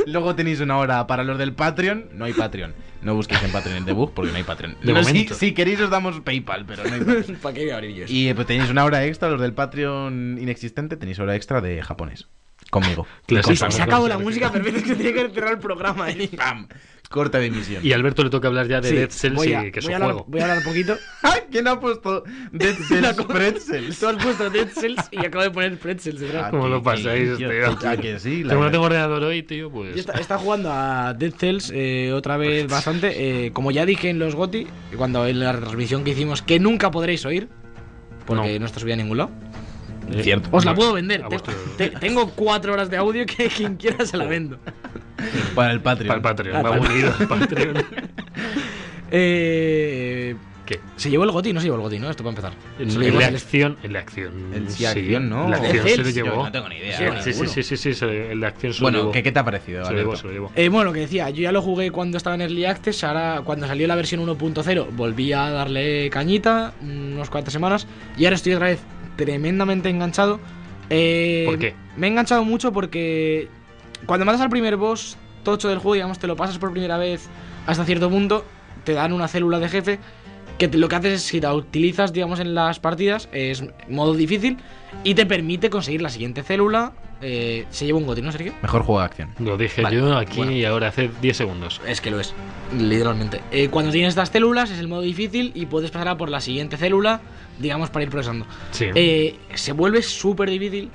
[SPEAKER 3] Luego tenéis una hora para los del Patreon. No hay Patreon. No busquéis en Patreon el debug porque no hay Patreon.
[SPEAKER 1] De
[SPEAKER 3] No, si-
[SPEAKER 1] momento.
[SPEAKER 3] Si, queréis os damos PayPal, pero no hay Patreon.
[SPEAKER 2] ¿Para qué voy a abrir yo eso?
[SPEAKER 3] Y eh, pues tenéis una hora extra, los del Patreon inexistente, tenéis hora extra de japonés. Conmigo.
[SPEAKER 1] Clásico.
[SPEAKER 3] Con Samuel.
[SPEAKER 2] Se acabó la música perfecta, es que tenía que cerrar el programa, ¿eh?
[SPEAKER 3] ¡Pam! Corta de emisión.
[SPEAKER 1] Y a Alberto le toca hablar ya de
[SPEAKER 2] Sí,
[SPEAKER 1] Dead Cells
[SPEAKER 2] voy a-
[SPEAKER 1] y que es
[SPEAKER 2] voy
[SPEAKER 1] un
[SPEAKER 2] a hablar-
[SPEAKER 1] juego.
[SPEAKER 2] Voy a hablar un poquito.
[SPEAKER 3] ¡Ah! ¿Quién ha puesto Dead Cells Pretzels?
[SPEAKER 2] Tú has puesto Dead Cells y acabo de poner Pretzels detrás.
[SPEAKER 1] ¿Cómo
[SPEAKER 3] Ah,
[SPEAKER 1] lo
[SPEAKER 3] que-
[SPEAKER 1] pasáis,
[SPEAKER 3] que-
[SPEAKER 1] tío?
[SPEAKER 3] ah, que sí, la
[SPEAKER 1] Como no
[SPEAKER 3] verdad.
[SPEAKER 1] tengo ordenador hoy, tío, pues...
[SPEAKER 2] Yo esta- Está, jugando a Dead Cells eh, otra vez bastante. eh, como ya dije en los GOTI, cuando en la retransmisión que hicimos, que nunca podréis oír, porque no,
[SPEAKER 1] No.
[SPEAKER 2] está subida a ningún lado.
[SPEAKER 1] Eh,
[SPEAKER 3] Cierto.
[SPEAKER 2] Os la
[SPEAKER 1] bueno,
[SPEAKER 2] puedo vender.
[SPEAKER 1] a
[SPEAKER 2] te-
[SPEAKER 1] vuestro-
[SPEAKER 2] te- tengo cuatro horas de audio que quien quiera se la vendo.
[SPEAKER 3] Para el Patreon.
[SPEAKER 1] Para el Patreon,
[SPEAKER 2] Ah,
[SPEAKER 1] va
[SPEAKER 2] para-
[SPEAKER 1] unido al Patreon.
[SPEAKER 2] Eh,
[SPEAKER 1] ¿Qué?
[SPEAKER 2] ¿Se llevó el GOTI? No se llevó el GOTI, ¿no? Esto para empezar. Se lo
[SPEAKER 1] En
[SPEAKER 2] llevó
[SPEAKER 1] la
[SPEAKER 2] el-
[SPEAKER 1] acción... En la acción...
[SPEAKER 3] El sí, acción, ¿no?
[SPEAKER 1] La acción
[SPEAKER 2] Dead
[SPEAKER 1] se lo
[SPEAKER 2] Cells, yo
[SPEAKER 1] llevó.
[SPEAKER 3] no tengo ni idea,
[SPEAKER 1] Sí,
[SPEAKER 3] bueno,
[SPEAKER 1] Sí, sí,
[SPEAKER 3] ninguno.
[SPEAKER 1] sí, sí, sí, se- el de acción se lo
[SPEAKER 3] Bueno,
[SPEAKER 1] llevó.
[SPEAKER 3] ¿qué, qué te ha
[SPEAKER 1] Se
[SPEAKER 3] parecido?
[SPEAKER 1] lo
[SPEAKER 3] Alberto?
[SPEAKER 1] llevó, se lo llevó.
[SPEAKER 2] Eh, bueno, lo que decía, yo ya lo jugué cuando estaba en Early Access, ahora cuando salió la versión 1.0 volví a darle cañita, unos cuantas semanas, y ahora estoy otra vez tremendamente enganchado. Eh,
[SPEAKER 1] ¿Por qué?
[SPEAKER 2] Me he enganchado mucho porque cuando matas al primer boss tocho del juego, digamos, te lo pasas por primera vez hasta cierto punto, te dan una célula de jefe que te- lo que haces es si la utilizas, digamos, en las partidas, es modo difícil y te permite conseguir la siguiente célula. eh, se lleva un goti, ¿no, Sergio?
[SPEAKER 3] Mejor juego de acción.
[SPEAKER 1] Lo dije
[SPEAKER 2] Vale,
[SPEAKER 1] yo aquí
[SPEAKER 2] bueno.
[SPEAKER 1] y ahora hace 10 segundos.
[SPEAKER 2] Es que lo es. Literalmente. Eh, cuando tienes estas células es el modo difícil y puedes pasar a por la siguiente célula, digamos, para ir progresando.
[SPEAKER 1] Sí.
[SPEAKER 2] Eh, se vuelve súper difícil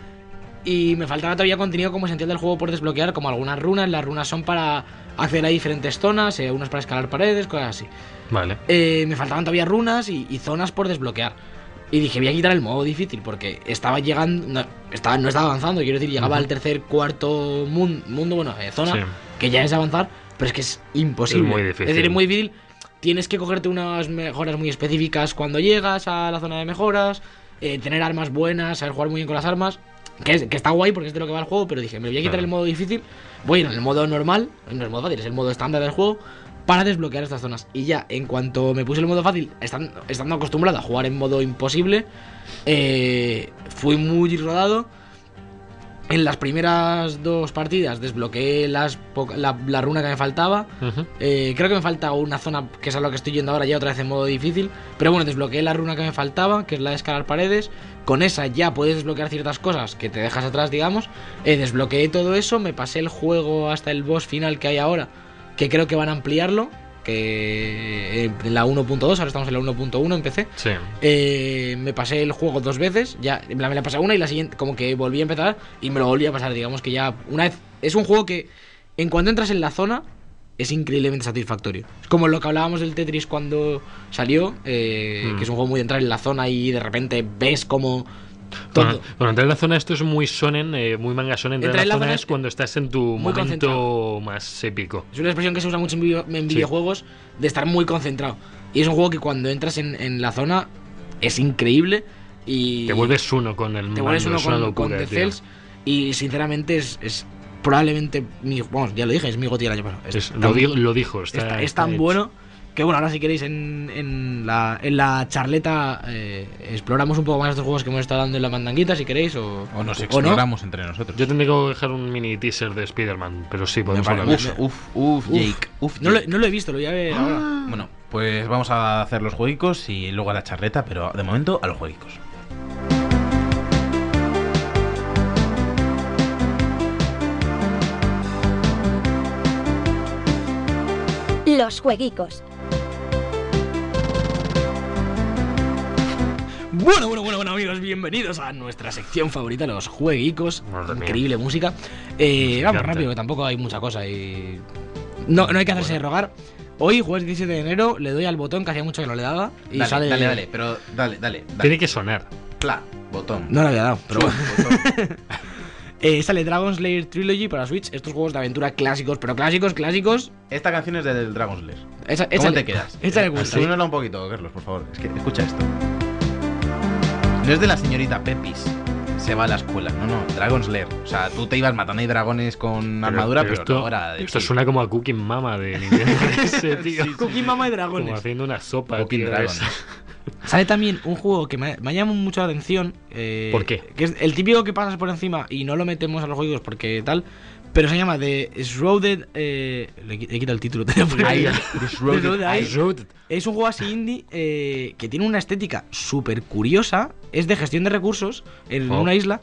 [SPEAKER 2] y me faltaba todavía contenido como esencial del juego por desbloquear, como algunas runas. Las runas son para acceder a diferentes zonas, eh, unas para escalar paredes, cosas así.
[SPEAKER 1] vale.
[SPEAKER 2] Eh, me faltaban todavía runas y, y zonas por desbloquear. Y dije, voy a quitar el modo difícil porque estaba llegando, no estaba, no estaba avanzando, quiero decir, llegaba al tercer, cuarto mun- mundo, bueno, eh, zona,
[SPEAKER 1] Sí.
[SPEAKER 2] que ya es avanzar, pero es que es imposible.
[SPEAKER 1] Es muy difícil.
[SPEAKER 2] decir, es muy difícil. Tienes que cogerte unas mejoras muy específicas cuando llegas a la zona de mejoras, eh, tener armas buenas, saber jugar muy bien con las armas, que, es- que está guay porque es de lo que va el juego, pero dije, me voy a quitar
[SPEAKER 1] Claro.
[SPEAKER 2] el modo difícil, voy a ir en el modo normal, no es modo fácil, es el modo estándar del juego, para desbloquear estas zonas. Y ya, en cuanto me puse el modo fácil, estan- estando acostumbrado a jugar en modo imposible, eh, fui muy rodado. En las primeras dos partidas desbloqueé las poca- la, la runa que me faltaba.
[SPEAKER 1] Ujú.
[SPEAKER 2] Eh, creo que me falta una zona que es a lo que estoy yendo ahora ya otra vez en modo difícil. Pero bueno, desbloqueé la runa que me faltaba, que es la de escalar paredes. Con esa ya puedes desbloquear ciertas cosas que te dejas atrás, digamos. Eh, desbloqueé todo eso, me pasé el juego hasta el boss final que hay ahora, que creo que van a ampliarlo. Que eh, en la 1.2, ahora estamos en la 1.1 empecé.
[SPEAKER 1] Sí.
[SPEAKER 2] Eh, me pasé el juego dos veces, ya en plan, me la pasé una y la siguiente, como que volví a empezar y me lo volví a pasar, digamos que ya una vez. Es un juego que en cuanto entras en la zona es increíblemente satisfactorio. Es como lo que hablábamos del Tetris cuando salió, eh,
[SPEAKER 1] Mm.
[SPEAKER 2] que es un juego muy de entrar en la zona y de repente ves como todo.
[SPEAKER 1] Bueno, bueno, entrar en la zona esto es muy sonen, eh, muy manga sonen. Entrar, en la zona es cuando estás en tu
[SPEAKER 2] muy
[SPEAKER 1] momento
[SPEAKER 2] concentrado.
[SPEAKER 1] más épico.
[SPEAKER 2] Es una expresión que se usa mucho en, video- en
[SPEAKER 1] Sí.
[SPEAKER 2] videojuegos de estar muy concentrado. Y es un juego que cuando entras en, en la zona es increíble y
[SPEAKER 1] Te vuelves uno con el
[SPEAKER 2] te vuelves
[SPEAKER 1] mando,
[SPEAKER 2] uno
[SPEAKER 1] es una
[SPEAKER 2] con,
[SPEAKER 1] locura,
[SPEAKER 2] con The
[SPEAKER 1] tío.
[SPEAKER 2] Cells y sinceramente es, es probablemente mi vamos ya lo dije es mi goti del año pasado Es
[SPEAKER 1] Es-
[SPEAKER 2] tan-
[SPEAKER 1] lo, digo- lo dijo. Está,
[SPEAKER 2] está- es
[SPEAKER 1] está
[SPEAKER 2] tan
[SPEAKER 1] hecho.
[SPEAKER 2] bueno que bueno ahora si queréis en, en la, en la charleta eh, exploramos un poco más estos juegos que hemos estado dando en la mandanguita si queréis o,
[SPEAKER 3] O nos
[SPEAKER 2] no.
[SPEAKER 3] exploramos entre nosotros.
[SPEAKER 1] Yo tendré que dejar un mini teaser de Spider-Man, pero sí, podemos
[SPEAKER 2] parece
[SPEAKER 1] hablar de
[SPEAKER 2] mucho.
[SPEAKER 1] eso.
[SPEAKER 3] Uf, uf, uf, Jake. Uf,
[SPEAKER 2] no, lo,
[SPEAKER 3] Jake.
[SPEAKER 2] no lo he visto lo voy a
[SPEAKER 1] Ah,
[SPEAKER 2] ver ahora
[SPEAKER 3] Bueno, pues vamos a hacer los juegos y luego a la charreta, pero de momento a los juegos.
[SPEAKER 4] Los jueguicos.
[SPEAKER 2] Bueno, bueno, bueno, bueno, amigos, bienvenidos a nuestra sección favorita, los jueguicos.
[SPEAKER 1] Madre mía.
[SPEAKER 2] Increíble música. Eh,
[SPEAKER 1] Me
[SPEAKER 2] vamos
[SPEAKER 1] encanta.
[SPEAKER 2] rápido, que tampoco hay mucha cosa y. No, no hay que hacerse rogar. Hoy, jueves 17 de enero, le doy al botón que hacía mucho que no le daba. Y
[SPEAKER 3] dale,
[SPEAKER 2] sale.
[SPEAKER 3] dale, dale, pero dale, dale. dale.
[SPEAKER 1] Tiene que sonar.
[SPEAKER 3] Pla, botón. pues
[SPEAKER 2] No le había dado, pero
[SPEAKER 3] Pla,
[SPEAKER 2] bueno.
[SPEAKER 3] botón.
[SPEAKER 2] Eh, sale Dragon Slayer Trilogy para Switch. Estos juegos de aventura clásicos, pero clásicos, clásicos.
[SPEAKER 3] Esta canción es del Dragon Slayer. ¿Cómo
[SPEAKER 2] Esa, échale-
[SPEAKER 3] te quedas?
[SPEAKER 2] Échale gusto.
[SPEAKER 3] Súbemela un poquito, Carlos, por favor. Es que escucha esto. No es de la señorita Pepis. Se va a la escuela. No, no, Dragon Slayer. O sea, tú te ibas matando ahí dragones con armadura, pero,
[SPEAKER 1] esto,
[SPEAKER 3] no ahora.
[SPEAKER 1] esto suena como a Cooking Mama de Nintendo DS, tío.
[SPEAKER 2] Cookie Mama y
[SPEAKER 1] Como
[SPEAKER 2] Dragones.
[SPEAKER 1] haciendo una sopa.
[SPEAKER 3] Cooking
[SPEAKER 1] tío,
[SPEAKER 3] Dragon.
[SPEAKER 1] esa.
[SPEAKER 2] Sale también un juego que me, me ha llamado mucho la atención. eh,
[SPEAKER 1] ¿Por qué?
[SPEAKER 2] Que es el típico que pasas por encima y no lo metemos a los juegos porque tal. Pero se llama The Shrouded. eh, le, qui- he quitado el título. te lo juro. Disroaded Eye.
[SPEAKER 1] Road.
[SPEAKER 2] Es un juego así indie eh, que tiene una estética súper curiosa. Es de gestión de recursos en
[SPEAKER 1] Oh.
[SPEAKER 2] una isla.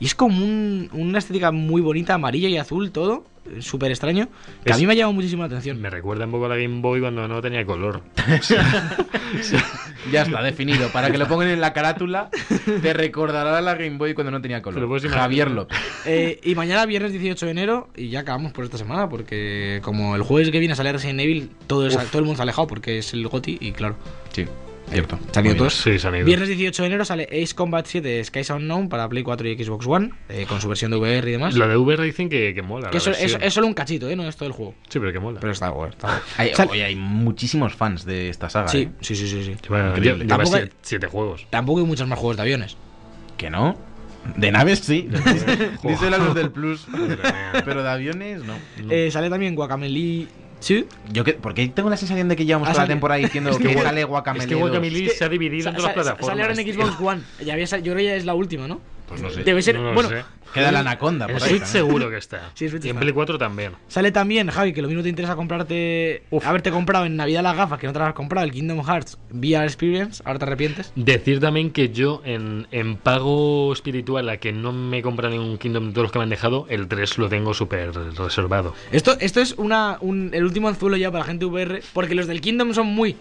[SPEAKER 2] Y es como un- una estética muy bonita, amarilla y azul, todo. eh, Súper extraño. Que a
[SPEAKER 1] Es-
[SPEAKER 2] mí me ha llamado muchísimo la atención.
[SPEAKER 1] Me recuerda un poco a la Game Boy cuando no tenía color.
[SPEAKER 3] Ya está definido. Para que lo pongan en la carátula, te recordará la Game Boy cuando no tenía
[SPEAKER 1] Te lo
[SPEAKER 3] color.
[SPEAKER 1] puedes imaginar.
[SPEAKER 3] Javier López.
[SPEAKER 2] Eh, y mañana viernes 18 de enero y ya acabamos por esta semana porque como el jueves que viene sale Resident Evil todo, es- todo el mundo se ha alejado porque es el GOTI y claro.
[SPEAKER 3] Sí, cierto.
[SPEAKER 2] Se han ido
[SPEAKER 3] Muy bien.
[SPEAKER 2] todos.
[SPEAKER 1] Sí, se han ido.
[SPEAKER 2] Viernes 18 de enero sale Ace Combat 7 Skies Unknown para Play 4 y Xbox One eh, con su versión de VR y demás.
[SPEAKER 1] La de VR dicen que, que mola.
[SPEAKER 2] Que
[SPEAKER 1] la
[SPEAKER 2] eso- eso-
[SPEAKER 1] versión.
[SPEAKER 2] es solo un cachito, ¿eh? No es todo el juego.
[SPEAKER 1] Sí, pero que mola.
[SPEAKER 2] Pero está bueno. está bueno.
[SPEAKER 3] Hay,
[SPEAKER 2] Sal-
[SPEAKER 3] oye, hay muchísimos fans de esta saga.
[SPEAKER 2] Sí,
[SPEAKER 3] ¿eh?
[SPEAKER 2] sí, sí, sí, sí.
[SPEAKER 1] Bueno,
[SPEAKER 3] Increíble.
[SPEAKER 1] lle- lleva
[SPEAKER 2] Tampoco
[SPEAKER 1] siete, siete juegos.
[SPEAKER 2] Tampoco hay muchos más juegos de aviones.
[SPEAKER 3] ¿Que no? De naves sí. Díselo a los del Plus.
[SPEAKER 1] mía.
[SPEAKER 3] Pero de aviones no.
[SPEAKER 2] Eh, sale también Guacamelee 2.
[SPEAKER 3] Yo que, porque tengo la sensación de que llevamos
[SPEAKER 2] Ah,
[SPEAKER 3] toda la
[SPEAKER 2] sale-
[SPEAKER 3] temporada diciendo
[SPEAKER 1] Es
[SPEAKER 3] que,
[SPEAKER 1] que Guac-
[SPEAKER 3] sale Guacamele.
[SPEAKER 1] Es que
[SPEAKER 3] 2.
[SPEAKER 1] Guacamelee se ha dividido en
[SPEAKER 2] Sa-
[SPEAKER 1] dos
[SPEAKER 2] sa-
[SPEAKER 1] plataformas.
[SPEAKER 2] Sale ahora en
[SPEAKER 1] tío.
[SPEAKER 2] Xbox One. Ya había, sal- yo creo que ya es la última, ¿no?
[SPEAKER 3] Pues no sé.
[SPEAKER 2] Debe ser.
[SPEAKER 1] No lo
[SPEAKER 2] bueno,
[SPEAKER 1] sé.
[SPEAKER 3] Queda la anaconda.
[SPEAKER 1] En
[SPEAKER 3] Por
[SPEAKER 1] Switch
[SPEAKER 3] ahí, también.
[SPEAKER 1] seguro que está.
[SPEAKER 2] Sí, en Switch
[SPEAKER 1] y en
[SPEAKER 2] está.
[SPEAKER 1] Play 4 también.
[SPEAKER 2] Sale también, Javi, que lo mismo te interesa comprarte.
[SPEAKER 1] Uf.
[SPEAKER 2] Haberte comprado en Navidad las gafas que no te las has comprado, el Kingdom Hearts VR Experience, ahora te arrepientes.
[SPEAKER 1] Decir también que yo en, en pago espiritual a que no me compra ningún Kingdom de todos los que me han dejado, el 3 lo tengo súper reservado.
[SPEAKER 2] Esto, esto es una, un- el último anzuelo ya para gente VR, porque los del Kingdom son muy.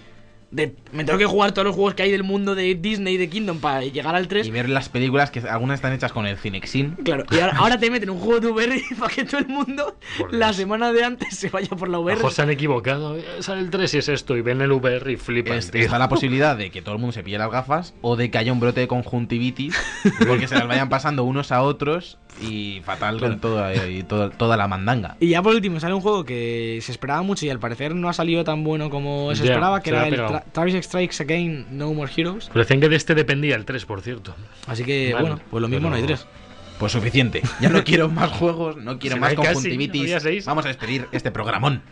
[SPEAKER 2] De, me tengo que jugar todos los juegos que hay del mundo de Disney y de Kingdom para llegar al 3.
[SPEAKER 3] Y ver las películas que algunas están hechas con el Cinexin.
[SPEAKER 2] Claro, y ahora, ahora te meten un juego de VR para que todo el mundo
[SPEAKER 1] Por
[SPEAKER 2] la
[SPEAKER 1] Dios.
[SPEAKER 2] semana de antes se vaya por la
[SPEAKER 3] Pues
[SPEAKER 2] VR.
[SPEAKER 1] Ojo, se han equivocado. eh, Sale el 3 y es esto. Y ven el VR y flipan,
[SPEAKER 3] Es-
[SPEAKER 1] tío.
[SPEAKER 3] está la posibilidad de que todo el mundo se pille las gafas o de que haya un brote de conjuntivitis porque se las vayan pasando unos a otros y fatal con toda, y toda, toda la mandanga.
[SPEAKER 2] Y ya por último sale un juego que se esperaba mucho y al parecer no ha salido tan bueno como se
[SPEAKER 1] Ya,
[SPEAKER 2] esperaba, que
[SPEAKER 1] se la
[SPEAKER 2] era
[SPEAKER 1] ha
[SPEAKER 2] el
[SPEAKER 1] pegado.
[SPEAKER 2] Tra- Travis Strikes Again No More Heroes.
[SPEAKER 1] Pero decían que de este dependía el 3, por cierto.
[SPEAKER 2] Así que
[SPEAKER 1] Vale,
[SPEAKER 2] bueno, pues lo mismo
[SPEAKER 1] pero-
[SPEAKER 2] no hay tres.
[SPEAKER 3] Pues suficiente. Ya no quiero más juegos, no quiero
[SPEAKER 1] Si no
[SPEAKER 3] más
[SPEAKER 1] hay casi,
[SPEAKER 3] conjuntivitis.
[SPEAKER 1] había seis.
[SPEAKER 3] Vamos a despedir este programón.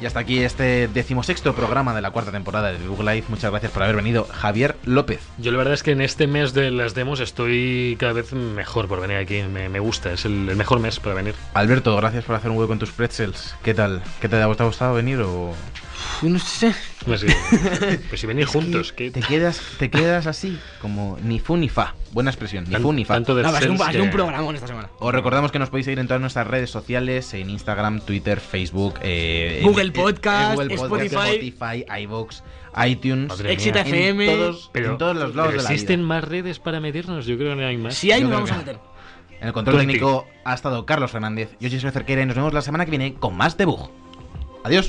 [SPEAKER 3] Y hasta aquí este decimosexto programa de la cuarta temporada de Google Live. Muchas gracias por haber venido, Javier López.
[SPEAKER 1] Yo la verdad es que en este mes de las demos estoy cada vez mejor por venir aquí. Me, me gusta, es el, el mejor mes para venir.
[SPEAKER 3] Alberto, gracias por hacer un hueco en tus pretzels. ¿Qué tal? ¿Qué te ha te ha gustado venir o...?
[SPEAKER 2] Uf, no sé.
[SPEAKER 1] Así que, pues si venir juntos, que
[SPEAKER 3] Te quedas, te quedas así, como ni fu ni fa. Buena expresión, ni
[SPEAKER 1] tan-
[SPEAKER 3] fu ni fa.
[SPEAKER 1] tanto de
[SPEAKER 2] No, va a ser un,
[SPEAKER 1] Cells
[SPEAKER 2] va a ser un
[SPEAKER 1] Pues que-
[SPEAKER 2] programón esta semana.
[SPEAKER 3] Os recordamos que nos podéis seguir en todas nuestras redes sociales, en Instagram, Twitter, Facebook, eh,
[SPEAKER 2] Google
[SPEAKER 3] en- en-
[SPEAKER 2] Podcast,
[SPEAKER 3] en Google Podcast,
[SPEAKER 2] Spotify.
[SPEAKER 3] Spotify, iVoox, iTunes,
[SPEAKER 1] Madre
[SPEAKER 2] Exit
[SPEAKER 1] mía.
[SPEAKER 2] FM.
[SPEAKER 3] en todos,
[SPEAKER 1] Pero,
[SPEAKER 3] en todos los
[SPEAKER 1] pero
[SPEAKER 3] lados de la
[SPEAKER 1] existen
[SPEAKER 3] vida.
[SPEAKER 1] más redes para meternos, ¿Eh? yo creo que no hay más.
[SPEAKER 2] Si hay,
[SPEAKER 3] Yo
[SPEAKER 2] nos
[SPEAKER 3] creo
[SPEAKER 2] vamos
[SPEAKER 3] que-
[SPEAKER 2] a meter.
[SPEAKER 3] En el control
[SPEAKER 1] 20.
[SPEAKER 3] técnico ha estado Carlos Fernández, yo soy Sergio Cerquera y nos vemos la semana que viene con más debug. Adiós.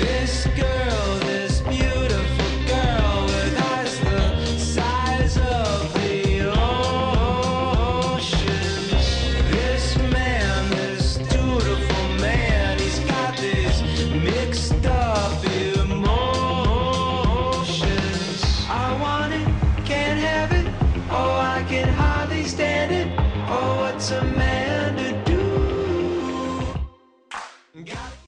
[SPEAKER 6] This girl, this beautiful girl with eyes the size of the ocean. This man, this dutiful man, he's got this mixed up emotions. I want it, can't have it, oh I can hardly stand it. Oh what's a man?